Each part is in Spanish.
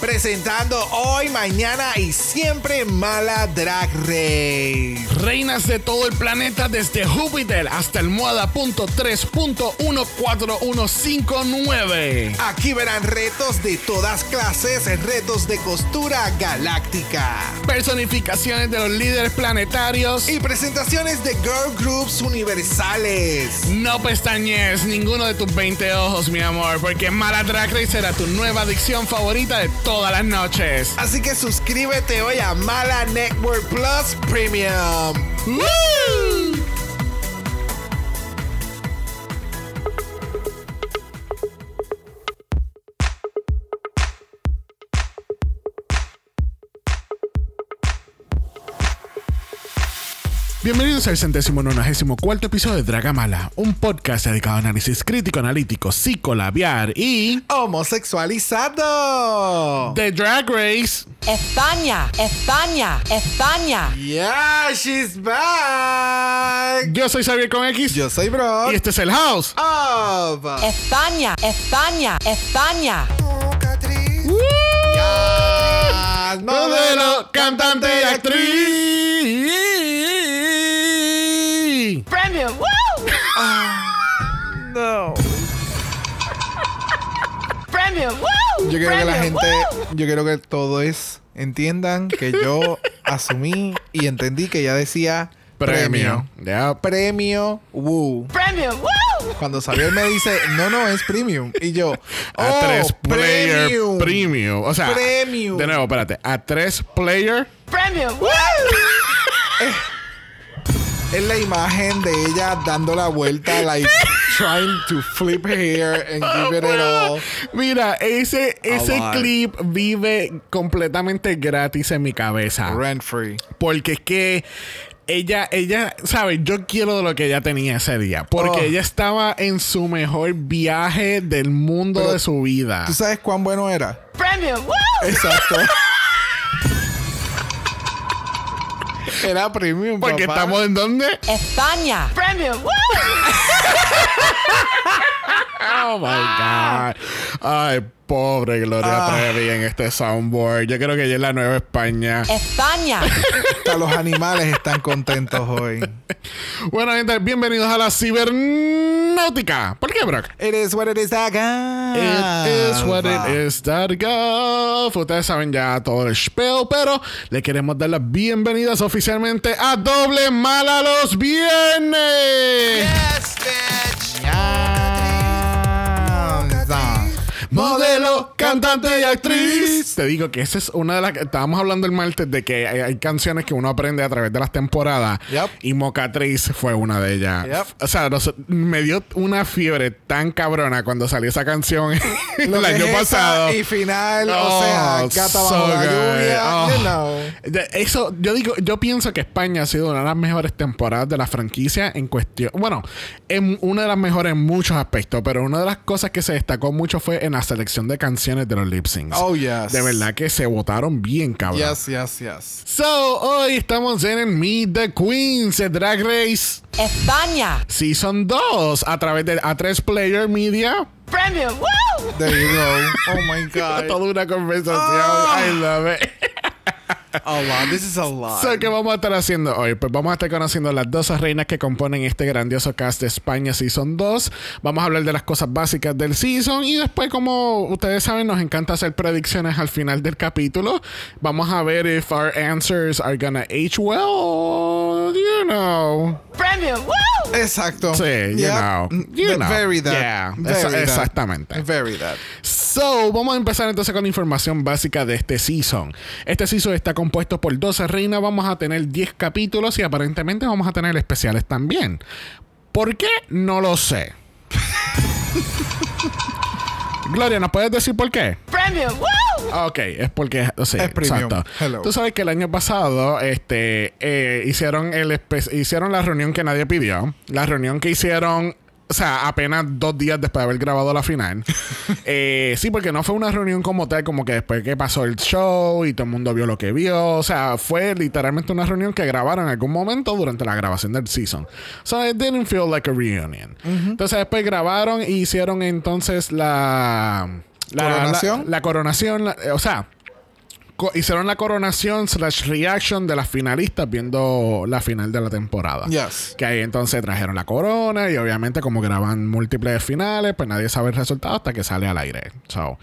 Presentando hoy, mañana y siempre Mala Drag Race. Reinas de todo el planeta desde Júpiter hasta el Moda.3.14159. Aquí verán retos de todas clases, retos de costura galáctica Personificaciones de los líderes planetarios. Y y presentaciones de girl groups universales. no pestañees ninguno de tus 20 ojos, mi amor, porque Mala Drag Race será tu nueva adicción favorita de todas las noches. Así que suscríbete hoy a Mala Network Plus Premium. Mmm. ¡Woo! Bienvenidos al centésimo nonagésimo cuarto episodio de Dragamala, un podcast dedicado a análisis crítico, analítico, psicolabiar y Homosexualizado. The Drag Race. España, España, España. Yeah, she's back. Yo soy Xavier con X Yo soy Bro. y este es el House. Of. España, España, España. Yes, modelo, cantante y actriz. Premium. Woo! No. Premium. Woo! Yo quiero que la Premium, gente, woo! yo quiero que todo es entiendan que yo asumí y entendí que ya decía Premio. Ya, pre- Premio Woo. Premium. Woo! Cuando Xavier me dice, no, no, es premium. Y yo, a oh, tres player premium. premium. O sea, Premium. de nuevo, espérate. A tres player. Premium. Woo! Es la imagen de ella dando la vuelta, like, trying to flip hair and Oh, give it, it all. Mira, ese, ese lot. clip vive completamente gratis en mi cabeza. Rent free. Porque es que ella, ella, ¿sabes? Yo quiero de lo que ella tenía ese día. Porque Oh. ella estaba en su mejor viaje del mundo Pero- de su vida. ¿Tú sabes cuán bueno era? Premium. Woo! Exacto. Era premium, Porque papá. estamos en donde? España. Premium. Woo! Oh my God. Ay, pobre Gloria Ah. Trevi en este soundboard. Yo creo que ella es la nueva España. España. Hasta los animales están contentos hoy. Bueno, gente, bienvenidos a la cibernáutica. ¿Por qué, Brock? It is what it is, Daga. It is what it is that golf. Ustedes saben ya todo el spell, pero le queremos dar las bienvenidas oficialmente a Doble Mala los Viernes. Yes, bitch. Yeah. Modelo, cantante y actriz. Te digo que esa es una de las que estábamos hablando el martes de que hay, hay canciones que uno aprende a través de las temporadas. Yep. Y Mocatriz fue una de ellas. Yep. O sea, nos- me dio una fiebre tan cabrona cuando salió esa canción el Lo que año es esa pasado. Y final, Oh, o sea, gata bajo so la good. lluvia. Oh. You know. De- Eso, yo digo, yo pienso que España ha sido una de las mejores temporadas de la franquicia en cuestión. Bueno, en una de las mejores en muchos aspectos, pero una de las cosas que se destacó mucho fue en la selección de canciones de los lip syncs. Oh, yes. De verdad que se votaron bien, cabrón. Yes, yes, yes. So, hoy estamos en el Meet the Queens de Drag Race España. Season 2 a través de A3 Player Media. Premium. Woo! There you go. Oh my god. Toda una conversación. Ah. I love it. A lot. This is a lot. So, ¿Qué vamos a estar haciendo hoy? Pues vamos a estar conociendo las 12 reinas que componen este grandioso cast de España Season 2. Vamos a hablar de las cosas básicas del season y después, como ustedes saben, nos encanta hacer predicciones al final del capítulo. Vamos a ver if our answers are gonna age well, you know. Premium. Woo! Exacto. Mm, Sí, you know. You Ve- know. Very that. Yeah. Very Esa- that. exactamente. Very that. So, vamos a empezar entonces con la información básica de este season. Este season está compuesto por 12 reinas, vamos a tener 10 capítulos y aparentemente vamos a tener especiales también. ¿Por qué? No lo sé. Gloria, ¿nos puedes decir por qué? Premium. Woo! Ah, Ok, es porque sí, Es premium. exacto. Hello. Tú sabes que el año pasado este, eh, hicieron, el espe- hicieron la reunión que nadie pidió. La reunión que hicieron o sea, apenas dos días después de haber grabado la final. Eh, sí, porque no fue una reunión como tal, como que después que pasó el show y todo el mundo vio lo que vio. O sea, fue literalmente una reunión que grabaron en algún momento durante la grabación del season. So it didn't feel like a reunion. Entonces después grabaron y hicieron entonces la... La ¿Coronación? La, la coronación, la- eh, o sea, co- hicieron la coronación slash reaction de las finalistas viendo la final de la temporada. Yes. Que ahí entonces trajeron la corona y obviamente como graban múltiples finales, pues nadie sabe el resultado hasta que sale al aire. So,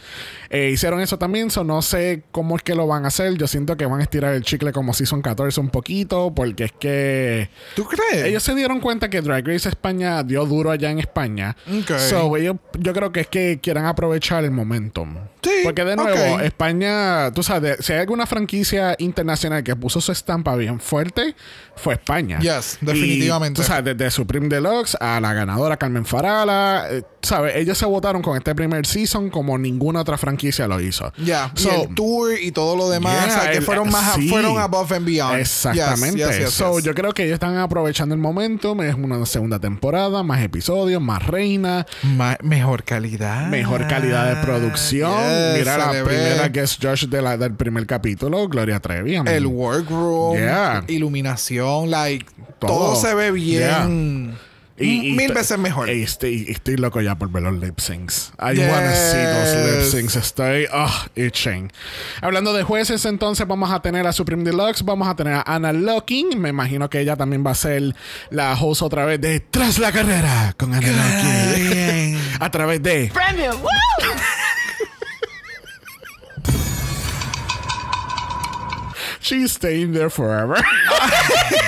eh, hicieron eso también, so no sé cómo es que lo van a hacer. Yo siento que van a estirar el chicle como si son 14 un poquito, porque es que ¿Tú crees? ellos se dieron cuenta que Drag Race España dio duro allá en España. Ok. So, ellos- yo creo que es que quieran aprovechar el momentum. Sí, Porque de nuevo, ok. España, tú sabes, si hay alguna franquicia internacional que puso su estampa bien fuerte, fue España. Yes, Y, definitivamente. tú sabes, desde Supreme Deluxe a la ganadora Carmen Farala, eh, sabes, ellos se votaron con este primer season como ninguna otra franquicia lo hizo. Ya, y So, el tour y todo lo demás, Yeah, o sea, que el- eh, fueron más, sí. fueron above and beyond. Yes, Exactamente. yes, yes, So, yes. Yo creo que ellos están aprovechando el momentum. Es una segunda temporada, más episodios, más reina, Ma- mejor calidad. mejor calidad de producción. Ah, Yes, Mira se la le ve. primera guest judge de la- del primer capítulo, Gloria Trevi. amén. El workroom, Mm. Yeah. iluminación, like, Todo. todo, se ve bien. Y- y- Mil veces mejor. Ey, estoy, estoy loco ya por ver los lip syncs. I Yes. wanna see those lip syncs. Estoy ah, itching. Hablando de jueces, entonces vamos a tener a Supreme Deluxe, vamos a tener a Anna Locking. Me imagino que ella también va a ser la host otra vez de Tras la carrera con Anna Locking. a través de Premium. Woo! She's staying there forever.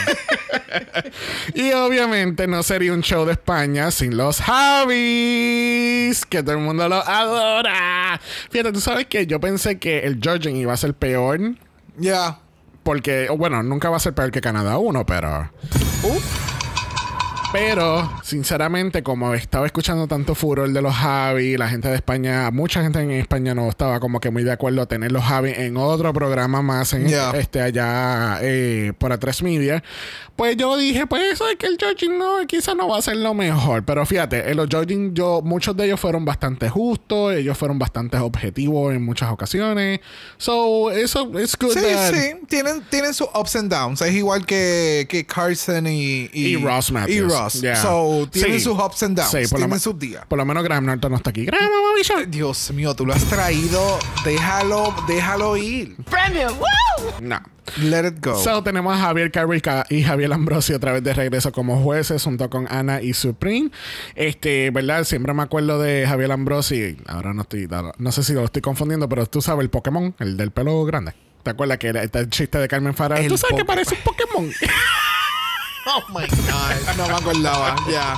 y obviamente no sería un show de España sin los Javis, que todo el mundo los adora. Fíjate, tú sabes que yo pensé que el judging iba a ser peor, Ya. porque, o bueno, nunca va a ser peor que Canadá 1, pero. Pero, sinceramente, como estaba escuchando tanto furor de los Javi, la gente de España, mucha gente en España no estaba como que muy de acuerdo a tener los Javi en otro programa más, en Yeah. este allá eh, por A3 Media. Pues yo dije, pues eso es que el judging no, quizás no va a ser lo mejor. Pero fíjate, en los judging, yo, muchos de ellos fueron bastante justos, ellos fueron bastante objetivos en muchas ocasiones. So, eso es good. Sí, that- sí. Tienen, tienen sus ups and downs. Es igual que, que Carson y, Y Ross Matthews. Y Ross. Yeah. So, tienen Sí. sus ups and downs. Sí, por lo tienen men- sus días. Por lo menos Graham Norton no está aquí. Graham, mami, yo- Dios mío, tú lo has traído. Déjalo, déjalo ir. Premium. Woo! No. Let it go. So, tenemos a Javier Carrica y Javier Ambrosio otra vez de regreso como jueces junto con Ana y Supreme. Este, ¿verdad? Siempre me acuerdo de Javier Ambrosio. Ahora no estoy, ahora- no sé si lo estoy confundiendo, pero tú sabes el Pokémon, el del pelo grande. ¿Te acuerdas que era- está el chiste de Carmen Farah? El Tú sabes que Pokémon. parece un Pokémon. oh my God. No me acordaba. Ya.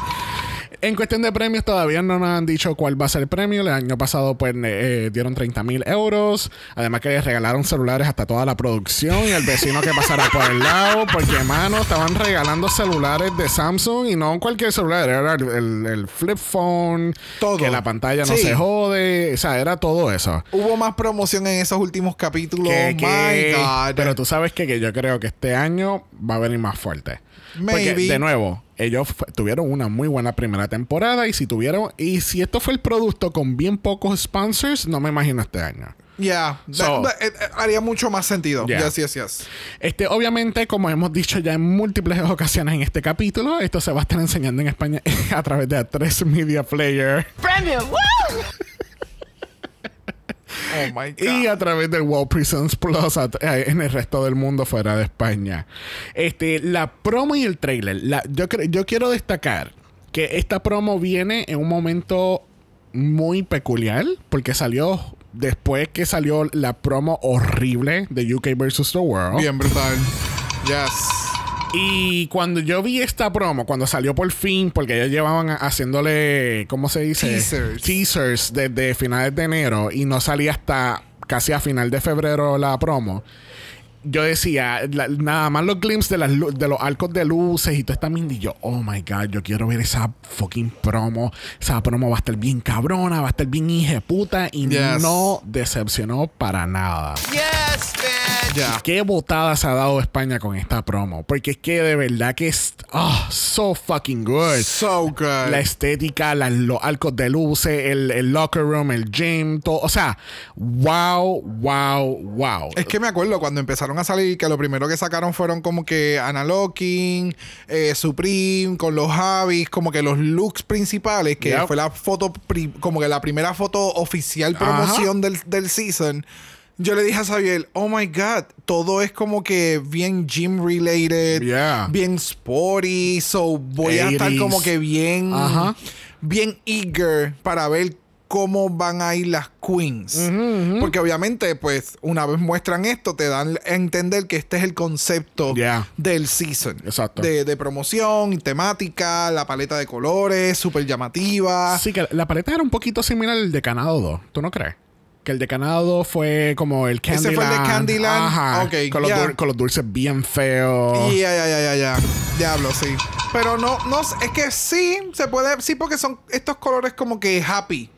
En cuestión de premios, todavía no nos han dicho cuál va a ser el premio. El año pasado, pues, eh, eh, dieron 30 mil euros. Además que les regalaron celulares hasta toda la producción y el vecino que pasara por el lado. Porque, mano, estaban regalando celulares de Samsung y no cualquier celular. Era el, el- el flip phone, Todo. que la pantalla no Sí. se jode. O sea, era todo eso. Hubo más promoción en esos últimos capítulos. Que- Oh my que- God. Pero tú sabes que, que yo creo que este año va a venir más fuerte. Porque, Maybe. de nuevo, ellos fu- tuvieron una muy buena primera temporada y si tuvieron y si esto fue el producto con bien pocos sponsors, no me imagino este año. Yeah. That- So- that- it- it haría mucho más sentido. Yeah. Yes, yes, yes. Este, obviamente, como hemos dicho ya en múltiples ocasiones en este capítulo, esto se va a estar enseñando en España a través de A3 Media Player Premium. Woo! Oh my God. y a través del Wow Prisons Plus a- eh, en el resto del mundo fuera de España. Este, la promo y el trailer. la- yo, cre- yo quiero destacar que esta promo viene en un momento muy peculiar porque salió después que salió la promo horrible de UK vs. The World. Bien brutal. Yes. Y cuando yo vi esta promo, cuando salió por fin, porque ya llevaban haciéndole, ¿cómo se dice? Teasers. Teasers desde finales de enero y no salía hasta casi a final de febrero la promo. Yo decía, la- nada más los glimpses de, las lu- de los arcos de luces y toda esta mindy. Yo, oh my god, yo quiero ver esa fucking promo. Esa promo va a estar bien cabrona, va a estar bien hijeputa. Y Yes. no decepcionó para nada. Yes, man. Ya. Qué botada se ha dado España con esta promo. Porque es que de verdad que es ah, so fucking Pues, good. So good. La estética, las- los arcos de luces, el, el locker room, el gym, todo. O sea, wow, wow, wow. Es que me acuerdo cuando empezaron a salir que lo primero que sacaron fueron como que Analocking, eh, Supreme, con los Javis, como que los looks principales, que Yep. fue la foto, pri- como que la primera foto oficial Ajá. promoción del, del season. Yo le dije a Xavier, oh my god, todo es como que bien gym related, Yeah. bien sporty, so voy a estar 80s. como que bien, Ajá. bien eager para ver cómo van a ir las queens. Porque obviamente, pues, una vez muestran esto, te dan a entender que este es el concepto Yeah. del season. Exacto. De, de promoción, temática, la paleta de colores, súper llamativa. Sí, que la paleta era un poquito similar al de Canadá 2, ¿tú no crees? Que el de Canadá 2 fue como el Ese Candyland. fue el de Candyland. Ajá. Ok, con, los ya. dul- con los dulces bien feos. Y Ya, ya, ya, ya, ya. Diablo, sí. Pero no, no, s- es que sí, se puede, sí, porque son estos colores como que happy.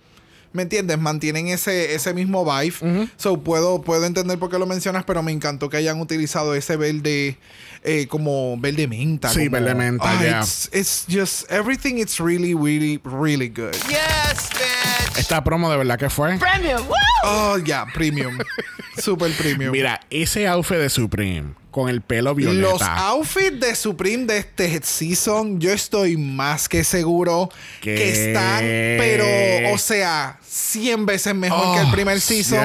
¿Me entiendes? Mantienen ese, ese mismo vibe. So puedo, puedo entender por qué lo mencionas, pero me encantó que hayan utilizado ese verde eh, como verde menta. Sí, como- verde menta, Ah, yeah. it's, it's just everything it's really, really, really good. Yes, bitch. Esta promo de verdad que fue. Premium. Woo! Oh, yeah, premium. Super premium. Mira, ese outfit de Supreme con el pelo violeta. Los outfits de Supreme de este season, yo estoy más que seguro ¿Qué? que están, pero, o sea, 100 veces mejor Oh, que el primer season.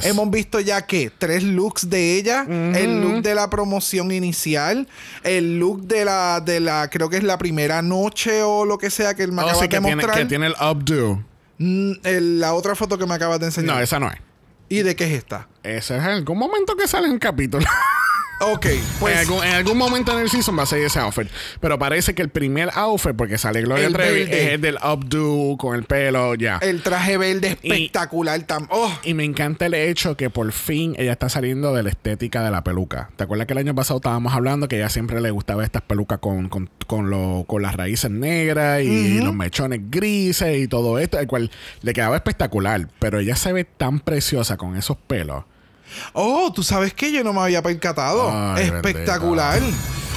yes. Hemos visto ya que tres looks de ella: el look de la promoción inicial, el look de la, de la, creo que es la primera noche o lo que sea que él me Oh, acaba sí, de que tiene, mostrar. que tiene el updo. Mm, el- la otra foto que me acabas de enseñar. No, esa no es. ¿Y de qué es esta? Ese es en algún momento que sale un capítulo. Ok, pues. en, Eh, algún, en algún momento en el season va a salir ese outfit. Pero parece que el primer outfit, porque sale Gloria El Eh. Trevi, verde. es el del updo con el pelo, ya. El traje verde espectacular. tam- oh, Y me encanta el hecho que por fin ella está saliendo de la estética de la peluca. ¿Te acuerdas que el año pasado estábamos hablando que ella siempre le gustaba estas pelucas con, con, con lo- con las raíces negras y los mechones grises y todo esto, el cual le quedaba espectacular. Pero ella se ve tan preciosa con esos pelos. Oh, tú sabes que yo no me había percatado. Ay, Espectacular.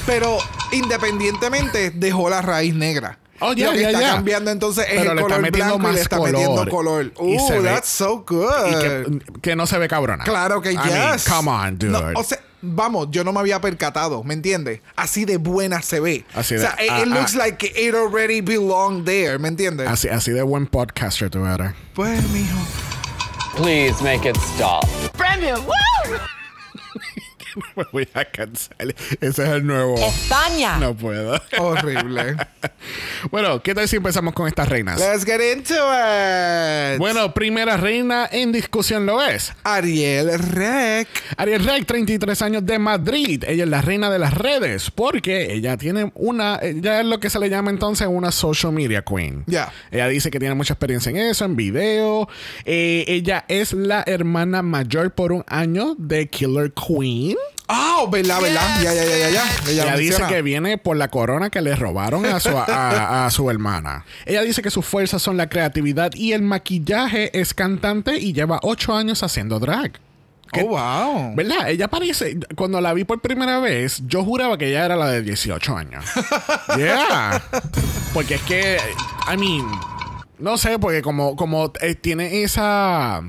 Pero independientemente dejó la raíz negra. Oh, ya, Lo que ya, está ya. cambiando entonces es Pero el le está color metiendo blanco y más le está color. metiendo color. Y se Uh, ve- that's so Y good. que, que no se ve cabrona. Eh, Claro que I yes. mean, come on, dude. No, o sea, vamos, yo no me había percatado, ¿me entiendes? Así de buena se ve. Así o de- sea, it, ah, it looks ah. like it already belonged there, ¿me entiendes? así, así de buen podcaster tú eres. Pues, mijo. Please make it stop. Premium. Woo! Me voy a cansar. Ese es el nuevo. Oh. España. No puedo. Horrible. Bueno, ¿qué tal si empezamos con estas reinas? Oh. Let's get into it. Bueno, primera reina en discusión lo es. Ariel Rec. Ariel Rey, 33 años de Madrid. Ella es la reina de las redes porque ella tiene una, ella es lo que se le llama entonces una social media queen. Ya. Ella dice que tiene mucha experiencia en eso, en video. Eh, ella es la hermana mayor por un año de Killer Queen. Ah, ¿verdad, verdad? Ya, ya, ya, ya, ya. Ella, Ella lo dice menciona. que viene por la corona que le robaron a su, a- a su hermana. Ella dice que sus fuerzas son la creatividad y el maquillaje. Es cantante y lleva ocho años haciendo drag. que- Oh, wow. ¿Verdad? Ella parece. Cuando la vi por primera vez, yo juraba que ella era la de 18 años. yeah. Porque es que. I mean. No sé, porque como, como eh, tiene esa.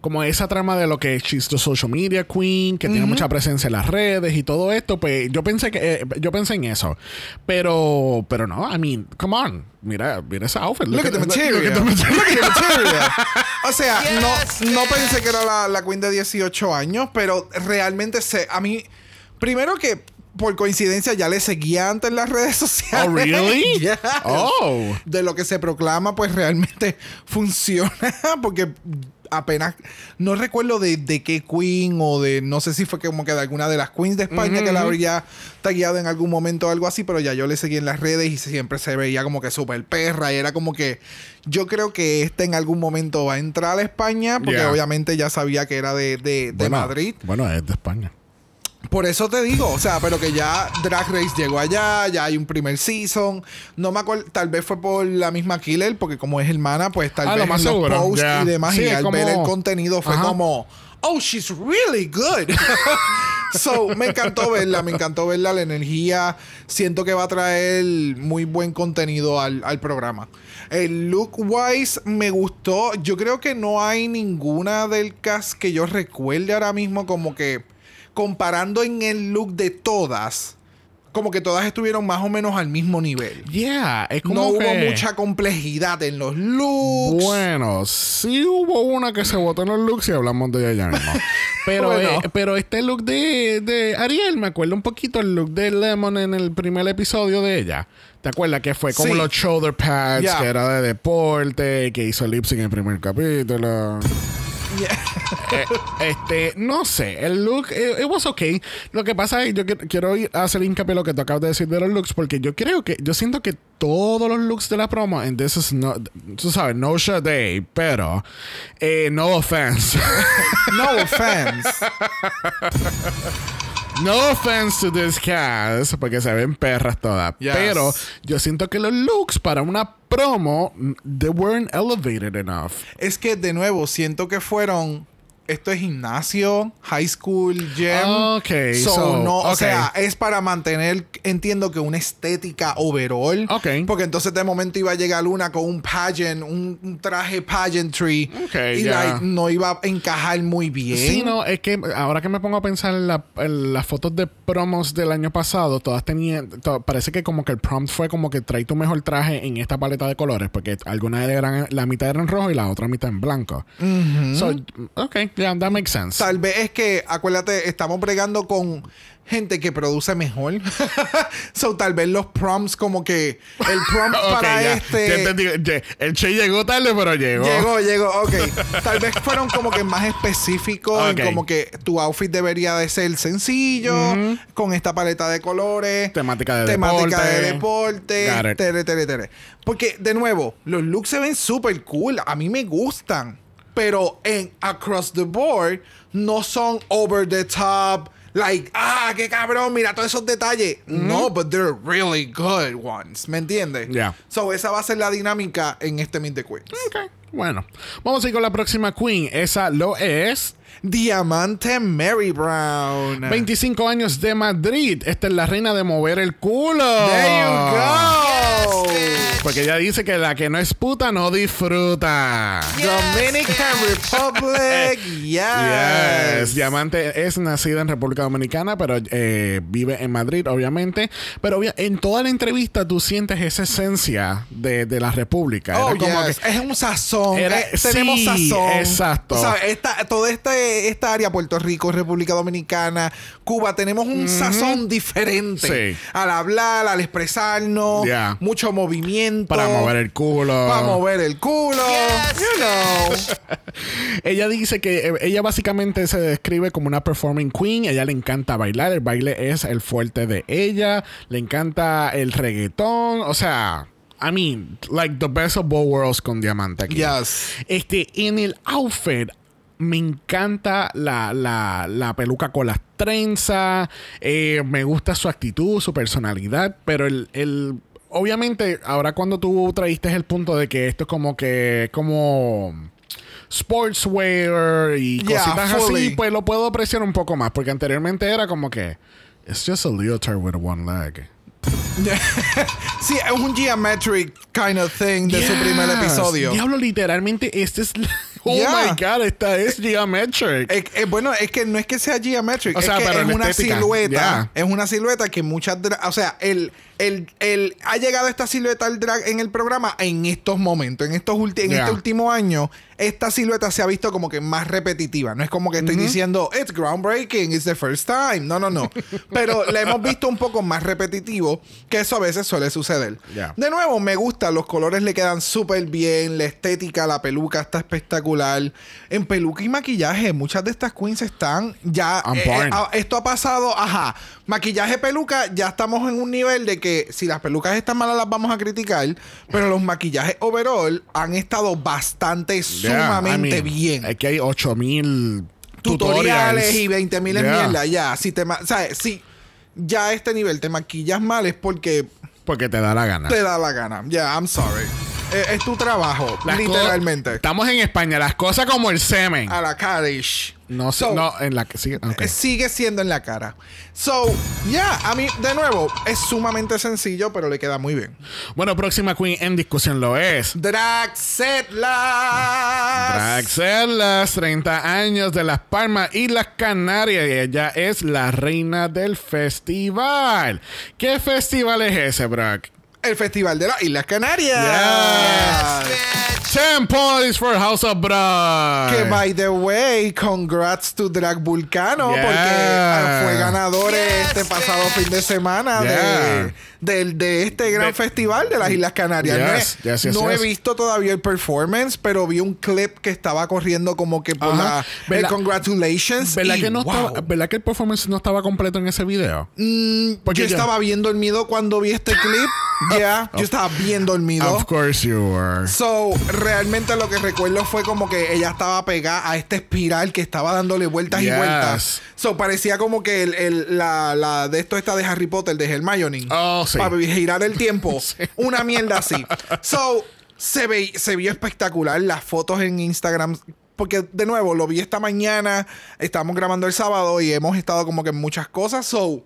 Como esa trama de lo que es She's the Social Media Queen, que tiene mucha presencia en las redes y todo esto, pues yo pensé que eh, yo pensé en eso. Pero, pero no, I mean, come on. Mira, mira ese outfit. Look at the material. look at the material. Look at the material. O sea, Yes, no, no yes. pensé que era la, la Queen de 18 años, pero realmente se, a mí, primero que por coincidencia ya le seguía antes en las redes sociales. Oh, really? Yes. Oh. De lo que se proclama, pues realmente funciona, porque apenas, no recuerdo de, de qué Queen o de, no sé si fue como que de alguna de las Queens de España que la habría tagueado en algún momento o algo así, pero ya yo le seguí en las redes y siempre se veía como que súper perra y era como que yo creo que esta en algún momento va a entrar a España porque Yeah. obviamente ya sabía que era de, de- de Bueno, Madrid. Bueno, es de España. Por eso te digo, o sea, pero que ya Drag Race llegó allá, ya hay un primer season. No me acuerdo, tal vez fue por la misma Killer, porque como es hermana, pues tal Ah, lo vez más en los seguro, posts ya. y demás, Sí, y es al como- ver el contenido fue Ajá. como, oh, she's really good. so, me encantó verla, me encantó verla, la energía. Siento que va a traer muy buen contenido al, al programa. El look wise me gustó. Yo creo que no hay ninguna del cast que yo recuerde ahora mismo como que comparando en el look de todas, como que todas estuvieron más o menos al mismo nivel. Yeah, es como No hubo que- mucha complejidad en los looks. Bueno, sí hubo una que se botó en los looks y hablamos de ella ya mismo. Pero, Bueno. eh, pero este look de, de Ariel me acuerda un poquito el look de Lemon en el primer episodio de ella. ¿Te acuerdas que fue como Sí. los shoulder pads, Ya. que era de deporte, que hizo lip sync en el primer capítulo? Eh, este, no sé, el look, eh, it was okay. Lo que pasa es, yo qui- quiero ir a hacer hincapié en lo que tú acabas de decir de los looks, porque yo creo que, yo siento que todos los looks de la promo, and this is not, tú sabes, no shade, pero, eh, no offense. No offense. No offense to this cast, porque se ven perras todas. Yes. Pero yo siento que los looks para una promo, mm, they weren't elevated enough. es que de nuevo siento que fueron esto es gimnasio, high school, gym. Ok, Em, So, so, no, o ok. sea, es para mantener, entiendo que una estética overall. Ok. Porque entonces de momento iba a llegar una con un pageant, un, un traje pageantry. Ok, y ya. like, no iba a encajar muy bien. Sí, no, es que ahora que me pongo a pensar en, la- en las fotos de promos del año pasado, todas tenían. to- parece que como que el prompt fue como que trae tu mejor traje en esta paleta de colores, porque algunas eran. La mitad eran rojo y la otra mitad en blanco. So, ok, yeah, that makes sense. Tal vez es que, acuérdate, estamos bregando con gente que produce mejor. so, tal vez los prompts como que el prompt Ok, para ya, este... ya entendí. Ye- el Che llegó tarde, pero llegó. Llegó, llegó, ok. Tal vez fueron como que más específicos, en Ok. como que tu outfit debería de ser sencillo, con esta paleta de colores, Temática de temática deporte. de deporte, Got it. tere, tere, tere. Porque, de nuevo, los looks se ven súper cool, a mí me gustan, pero en Across the Board no son over the top. Like, ah, qué cabrón, mira todos esos detalles. No, but they're really good ones. ¿Me entiendes? Yeah. So, esa va a ser la dinámica en este Meet the Queens. Ok, Bueno, vamos a ir con la próxima Queen. Esa lo es. Diamante Mary Brown. 25 años de Madrid. Esta es la reina de mover el culo. There you go. Yes, Porque ella dice que la que no es puta no disfruta. Dominican Republic. Yes. Yes. Diamante es nacida en República Dominicana, pero eh, vive en Madrid, obviamente. Pero obvia- en toda la entrevista tú sientes esa esencia de, de la República. Oh, Era como yes. que- es un sazón. Era- Eh, tenemos sí, sazón. exacto. O sea, esta, toda esta, esta área, Puerto Rico, República Dominicana, Cuba, tenemos un sazón diferente. Sí. Al hablar, al expresarnos, Yeah. mucho movimiento. para mover el culo. Para mover el culo. Yes, You know. Ella dice que eh, ella básicamente se describe como una performing queen. Ella le encanta bailar. El baile es el fuerte de ella. Le encanta el reggaetón. O sea, I mean, like the best of both worlds con diamante aquí. Yes. Este, en el outfit. Me encanta la, la- la peluca con las trenzas. eh, me gusta su actitud, su personalidad. Pero el, el- Obviamente, ahora cuando tú traíste el punto de que esto es como que. como sportswear y Yeah, cositas fully. así, pues lo puedo apreciar un poco más. Porque anteriormente era como que. It's just a leotard with one leg. Sí, es un geometric kind of thing de su Yes. primer episodio. Diablo, literalmente, este es. Oh Yeah. my god, esta es geometric. Eh, eh, bueno, es que no es que sea geometric, O es sea, que pero es la una estética, silueta. ya. Es una silueta que muchas. dra- O sea, el, el, el- ha llegado esta silueta al drag en el programa en estos momentos. En estos ulti- en Ya. este último año, esta silueta se ha visto como que más repetitiva. No es como que estoy diciendo, it's groundbreaking, it's the first time. No, no, no. pero la hemos visto un poco más repetitivo, que eso a veces suele suceder. Ya. De nuevo, me gusta, los colores le quedan súper bien, la estética, la peluca está espectacular. En peluca y maquillaje, muchas de estas queens están ya... On eh, point. eh, ah, esto ha pasado, ajá. Maquillaje, peluca, ya estamos en un nivel de que si las pelucas están malas las vamos a criticar, pero los maquillajes overall han estado bastante, Yeah, I sumamente mean, bien. Aquí hay 8000 tutoriales, Tutorials. y 20 mil Yeah. mierda. Ya, si te. ma- ¿Sabes? Si ya a este nivel te maquillas mal es porque Porque te da la gana. te da la gana. Ya, I'm sorry. Eh, es tu trabajo, Las co- literalmente. Estamos en España, las cosas como el semen. A la Kadish. No sé, So, no, en la que sí, ok. Eh, Sigue siendo en la cara. So, yeah, a mí, de nuevo, es sumamente sencillo, pero le queda muy bien. Bueno, próxima queen en discusión lo es. Draxetlas. Draxelas, 30 años de Las Palmas y las Canarias. Y ella es la reina del festival. ¿Qué festival es ese, Brock? El Festival de las Islas Canarias. Yes. 10 points for House of Brock. Que by the way, congrats to Drag Vulcano, Yeah. porque ah, fue ganador Yes, este pasado bitch. fin de semana Yeah. de, del- de este gran De- festival de las Islas Canarias. No he- Yes, yes, yes, no he yes. visto todavía el performance, pero vi un clip que estaba corriendo como que por Ajá. la, el ¿Verdad- congratulations. ¿Verdad y que, no wow. Mm, estaba- ¿Verdad que el performance no estaba completo en ese video? porque yo yo- Oh, estaba bien dormido cuando vi este clip. Ya, yo estaba bien dormido. Of course you were. So, realmente lo que recuerdo fue como que ella estaba pegada a esta espiral que estaba dándole vueltas y Yes. vueltas. So, parecía como que el, el- la, la de esto está de Harry Potter, de Hermione. Oh, sí. Para girar el tiempo. Una mierda así. So, se, ve, se vio espectacular las fotos en Instagram. Porque, de nuevo, lo vi esta mañana. Estábamos grabando el sábado y hemos estado como que en muchas cosas. So,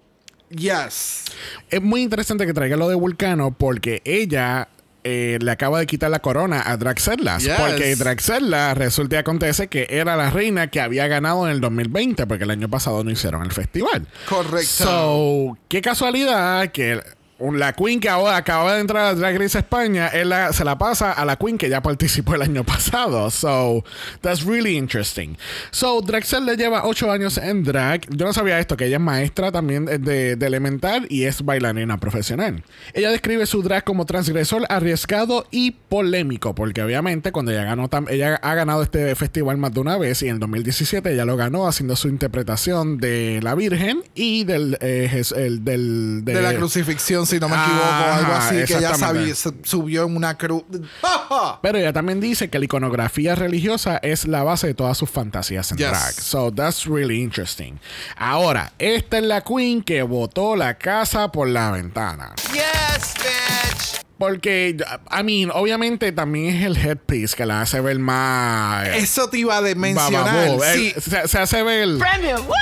yes. Es muy interesante que traiga lo de Vulcano porque ella eh, le acaba de quitar la corona a Draxelas. Yes. Porque Draxelas resulta y acontece que era la reina que había ganado en el 2020 porque el año pasado no hicieron el festival. Correcto. So, qué casualidad que un- la queen que ahora acaba de entrar a Drag Race España él la- se la pasa a la queen que ya participó el año pasado. So, that's really interesting. So, Draxel le lleva ocho años en drag. Yo no sabía esto, que ella es maestra también de, de- de elemental y es bailarina profesional. Ella describe su drag como transgresor, arriesgado y polémico, porque obviamente cuando ella ganó, tam- ella ha ganado este festival más de una vez y en el 2017 ella lo ganó haciendo su interpretación de la Virgen y del eh, Jes- el- del De la crucifixión, si no me equivoco, Ajá, algo así, que ella exactamente. sabía- sub- subió en una cruz. ¡Ja, ja! Pero ella también dice que la iconografía religiosa es la base de todas sus fantasías en Yes. drag. So that's really interesting. Ahora, esta es la queen que botó la casa por la ventana. Yes, bitch. Porque, I mean, obviamente también es el headpiece que la hace ver más. eh, Eso te iba a de mencionar. bababú. sí. Eh, se, se hace ver. Premium. Woo!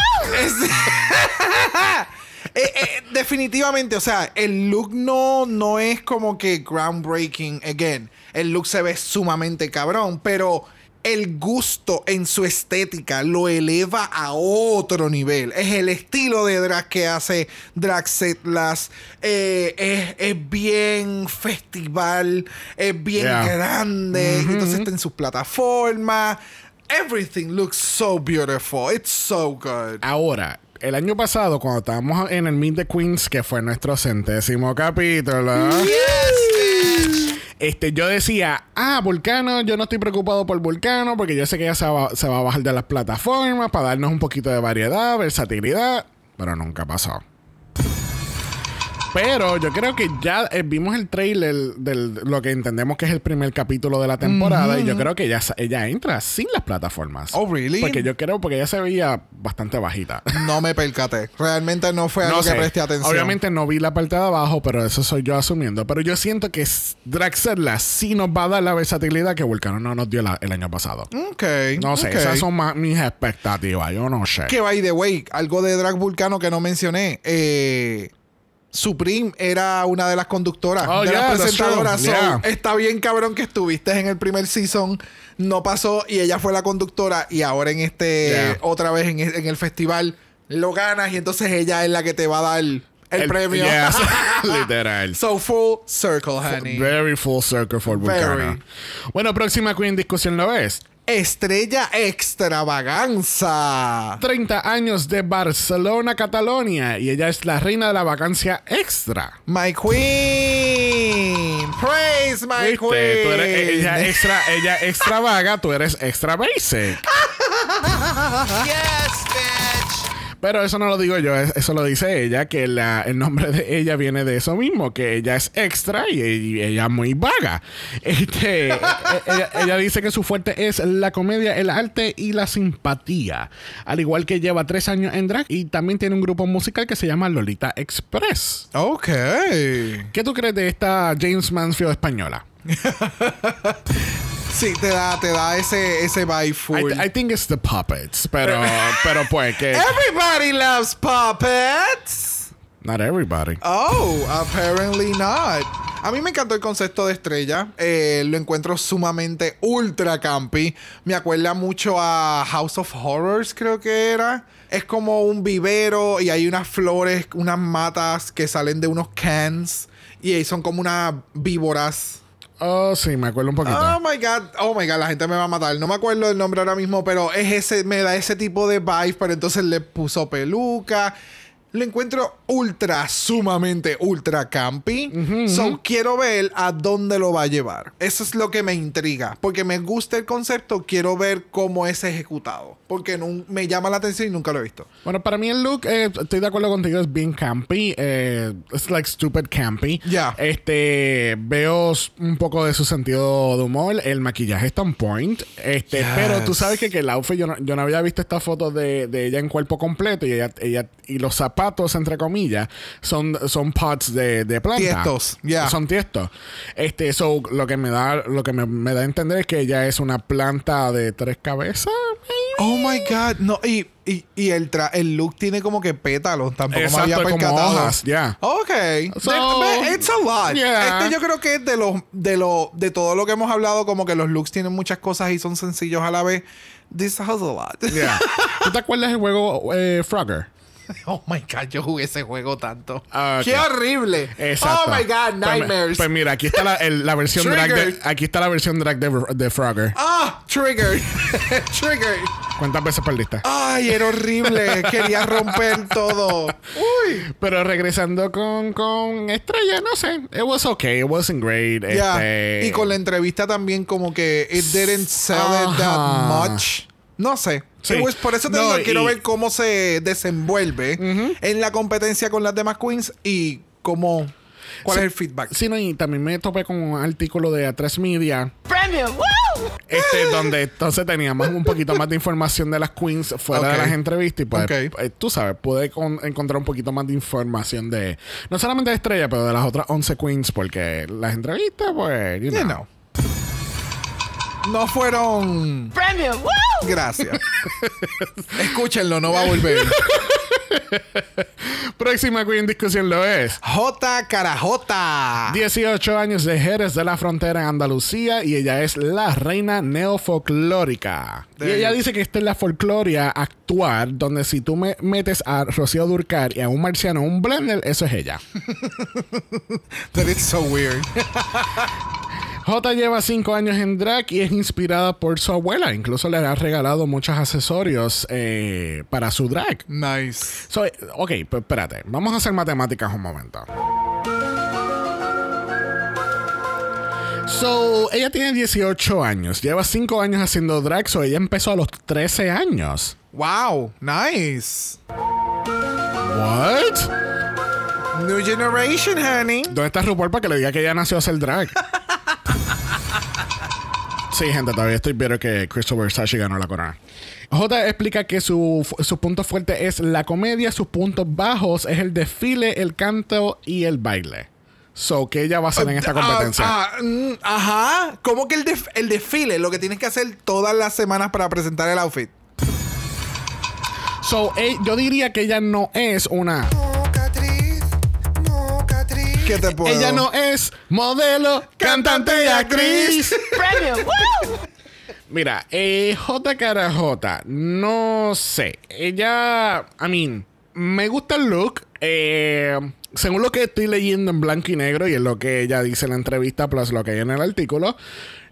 Es- Eh, eh, definitivamente, o sea, el look no, no es como que groundbreaking. Again, el look se ve sumamente cabrón, pero el gusto en su estética lo eleva a otro nivel. Es el estilo de drag que hace Draxetlas. eh, es, es bien festival, es bien Yeah. grande. Entonces está en sus plataformas. Everything looks so beautiful. It's so good. Ahora, el año pasado, cuando estábamos en el Meet the Queens, que fue nuestro centésimo capítulo. Este, yo decía, ah, Vulcano, yo no estoy preocupado por Vulcano porque yo sé que ella se va, se va a bajar de las plataformas para darnos un poquito de variedad, versatilidad, pero nunca pasó. Pero yo creo que ya eh, vimos el trailer de lo que entendemos que es el primer capítulo de la temporada y yo creo que ella, sa- ella entra sin las plataformas. Oh, really? Porque yo creo, porque ella se veía bastante bajita. No me percaté. Realmente no fue algo No sé. que presté atención. Obviamente no vi la parte de abajo, pero eso soy yo asumiendo. Pero yo siento que Draxella sí nos va a dar la versatilidad que Vulcano no nos dio la- el año pasado. Ok. No sé, ok. esas son más mis expectativas. Yo no sé. Que by the way, algo de Drag Vulcano que no mencioné. Eh, Supreme era una de las conductoras, Oh, de yeah, las that's presentadoras. true. So, Yeah. Está bien, cabrón, que estuviste en el primer season, no pasó y ella fue la conductora. Y ahora en este, Yeah. otra vez en, e-, en el festival, lo ganas y entonces ella es la que te va a dar el, El- premio. Yes, literal. So full circle, honey. Very full circle for Vulcano. Very. Bueno, próxima Queen Discusión lo es. Estrella extravaganza. 30 años de Barcelona, Catalonia. Y ella es la reina de la vacancia extra. My queen. Praise my ¿Viste? Tú queen. eres- eh, ella extra, ella extra vaga, tú eres extra basic. Yes, bitch. Pero eso no lo digo yo, es- eso lo dice ella, que la- el nombre de ella viene de eso mismo, que ella es extra y, y ella muy vaga. Este, e- ella, ella dice que su fuerte es la comedia, el arte y la simpatía. Al igual que lleva tres años en drag y también tiene un grupo musical que se llama Lolita Express. Ok. ¿Qué tú crees de esta James Mansfield española? Sí, te da, te da ese, ese vibe full. I, I think it's the puppets, pero, pero pues que... Everybody loves puppets. Not everybody. Oh, apparently not. A mí me encantó el concepto de estrella. Eh, lo encuentro sumamente ultra campi. Me acuerda mucho a House of Horrors, creo que era. Es como un vivero y hay unas flores, unas matas que salen de unos cans. Y ahí son como unas víboras. Oh, sí, me acuerdo un poquito. Oh my god, oh my god, la gente me va a matar. No me acuerdo el nombre ahora mismo, pero es ese, me da ese tipo de vibe, pero entonces le puso peluca. Lo encuentro ultra, sumamente ultra campi. So quiero ver a dónde lo va a llevar. Eso es lo que me intriga. Porque me gusta el concepto, quiero ver cómo es ejecutado. Porque nun- me llama la atención y nunca lo he visto. Bueno, para mí el look, eh, estoy de acuerdo contigo, es bien campy. Eh, it's like stupid campy. Ya. Este, veo s- un poco de su sentido de humor. El maquillaje está on point. Este, Yes. pero tú sabes que, que el outfit, yo no, yo no había visto esta foto de, de ella en cuerpo completo y ella, ella y los zapatos, entre comillas, son, son pots de, de planta. Tiestos, ya. Son tiestos. Este, so, lo que me da, lo que me, me da a entender es que ella es una planta de tres cabezas. Oh my god, no, y, y, y el, tra- el look tiene como que pétalos, tampoco me había Exacto, como percatado. hojas, ya. Ok. So- That- but it's a lot. Yeah. Este yo creo que es de los de lo de todo lo que hemos hablado, como que los looks tienen muchas cosas y son sencillos a la vez. This has a lot. Yeah. ¿Tú te acuerdas del juego eh, Frogger? Oh my god, yo jugué ese juego tanto. Ah, ok. Qué horrible. Exacto. Oh my god, Pues mi- nightmares. Pues, mira, aquí está la, el- la versión drag de, Triggered. aquí está la versión drag de, de Frogger. ah, trigger. trigger. ¿Cuántas veces perdiste? Ay, era horrible. Quería romper todo. Uy. Pero regresando con, con Estrella, no sé. It was okay, it wasn't great. Ya. este- Y con la entrevista también como que it didn't sell it Ajá. that much. No sé. Sí. It was- por eso te No, digo, quiero y- ver cómo se desenvuelve en la competencia con las demás queens y cómo cuál Sí. es el feedback. Sí, no, y también me topé con un artículo de A3 Media Premium. Woo! Este, donde entonces teníamos un poquito más de información de las queens fuera de Ok. las entrevistas. Y pues, Ok. eh, tú sabes, pude con- encontrar un poquito más de información de, no solamente de Estrella, pero de las otras 11 queens, porque las entrevistas, pues, you You know. know. No fueron. Premium. Woo! Gracias. Escúchenlo, no va a volver. Próxima queen en discusión lo es. J Carajota. 18 años de Jerez de la Frontera en Andalucía y ella es la reina neofolclórica. Y There ella you- dice que esta es la folcloria actual donde si tú me metes a Rocío Durcar y a un marciano, un blender, eso es ella. That is so weird. J lleva cinco años en drag y es inspirada por su abuela. Incluso le ha regalado muchos accesorios eh, para su drag. Nice. So, eh, ok, pues espérate. Vamos a hacer matemáticas un momento. So, ella tiene 18 años. Lleva cinco años haciendo drag. So, ella empezó a los 13 años. Wow, nice. What? New generation, honey. ¿Dónde está RuPaul para que le diga que ella nació a hacer drag? Sí, gente, todavía estoy viendo que Christopher Sashi ganó la corona. J explica que su, fu- su punto fuerte es la comedia, sus puntos bajos es el desfile, el canto y el baile. So, que ella va a hacer en esta competencia? Ah, ah, mm, ajá. ¿Cómo que el, def- el desfile? Lo que tienes que hacer todas las semanas para presentar el outfit. So, eh, yo diría que ella no es una. ¿Qué te puedo? Ella no es modelo, cantante y actriz. Premium. Woo! Mira, eh, J. Cara J. No sé. Ella. I mean, me gusta el look. Eh, según lo que estoy leyendo en blanco y negro y es lo que ella dice en la entrevista, plus lo que hay en el artículo,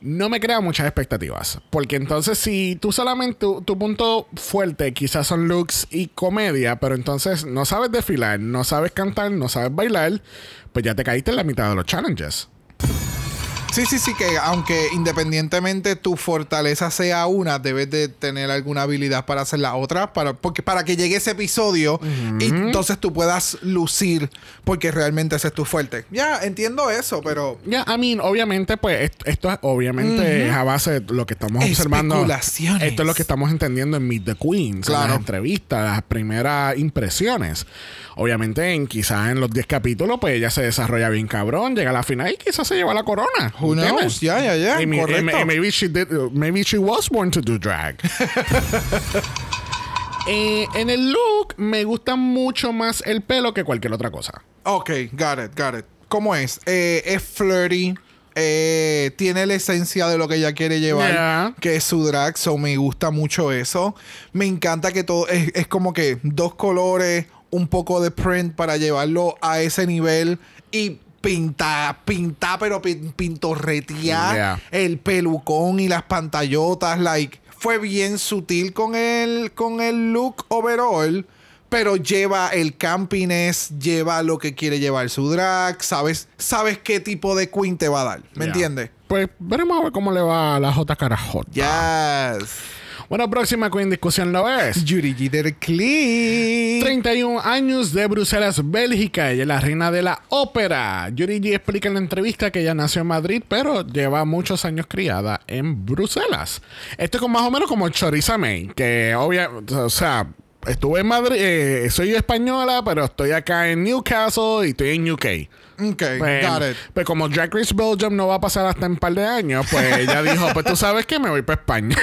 no me crea muchas expectativas. Porque entonces, si tú solamente. Tu, tu punto fuerte quizás son looks y comedia, pero entonces no sabes desfilar, no sabes cantar, no sabes bailar, pues ya te caíste en la mitad de los challenges. Sí, sí, sí, que aunque independientemente tu fortaleza sea una, debes de tener alguna habilidad para hacer la otra, para, porque, para que llegue ese episodio y entonces tú puedas lucir, porque realmente ese es tu fuerte. Ya, entiendo eso, pero... Ya, I mean, obviamente, pues est- esto es obviamente es a base de lo que estamos observando. Especulaciones. Esto es lo que estamos entendiendo en Meet the Queen. Claro. Las entrevistas, las primeras impresiones. Obviamente, en, quizás en los 10 capítulos, pues ella se desarrolla bien cabrón, llega a la final y quizás se lleva la corona. Who ¿entiendes? knows? Ya, ya, ya, Y mi- y- correcto. y maybe, she did- maybe she was born to do drag. Eh, en el look me gusta mucho más el pelo que cualquier otra cosa. Ok, got it, got it. ¿Cómo es? Eh, es flirty. eh, tiene la esencia de lo que ella quiere llevar, Yeah. que es su drag, so me gusta mucho eso. Me encanta que todo es, es como que dos colores, un poco de print para llevarlo a ese nivel y pinta, pinta, pero pin- pintorretear Yeah. el pelucón y las pantallotas, like fue bien sutil con el con el look overall, pero lleva el campiness, lleva lo que quiere llevar su drag, sabes sabes qué tipo de queen te va a dar, ¿me Ya. entiendes? Pues veremos a ver cómo le va a la J Carajot. Yes. Bueno, próxima Queen Discusión lo es. Yuri Jeter Clean. 31 años de Bruselas, Bélgica. Ella es la reina de la ópera. Yuri G explica en la entrevista que ella nació en Madrid, pero lleva muchos años criada en Bruselas. Esto es como- más o menos como Choriza May, que obvia, o sea, estuve en Madrid, eh, soy española, pero estoy acá en Newcastle y estoy en UK. Ok, Pues, got it. pues como Drag Race Belgium no va a pasar hasta en un par de años, pues ella dijo, pues tú sabes que me voy para España.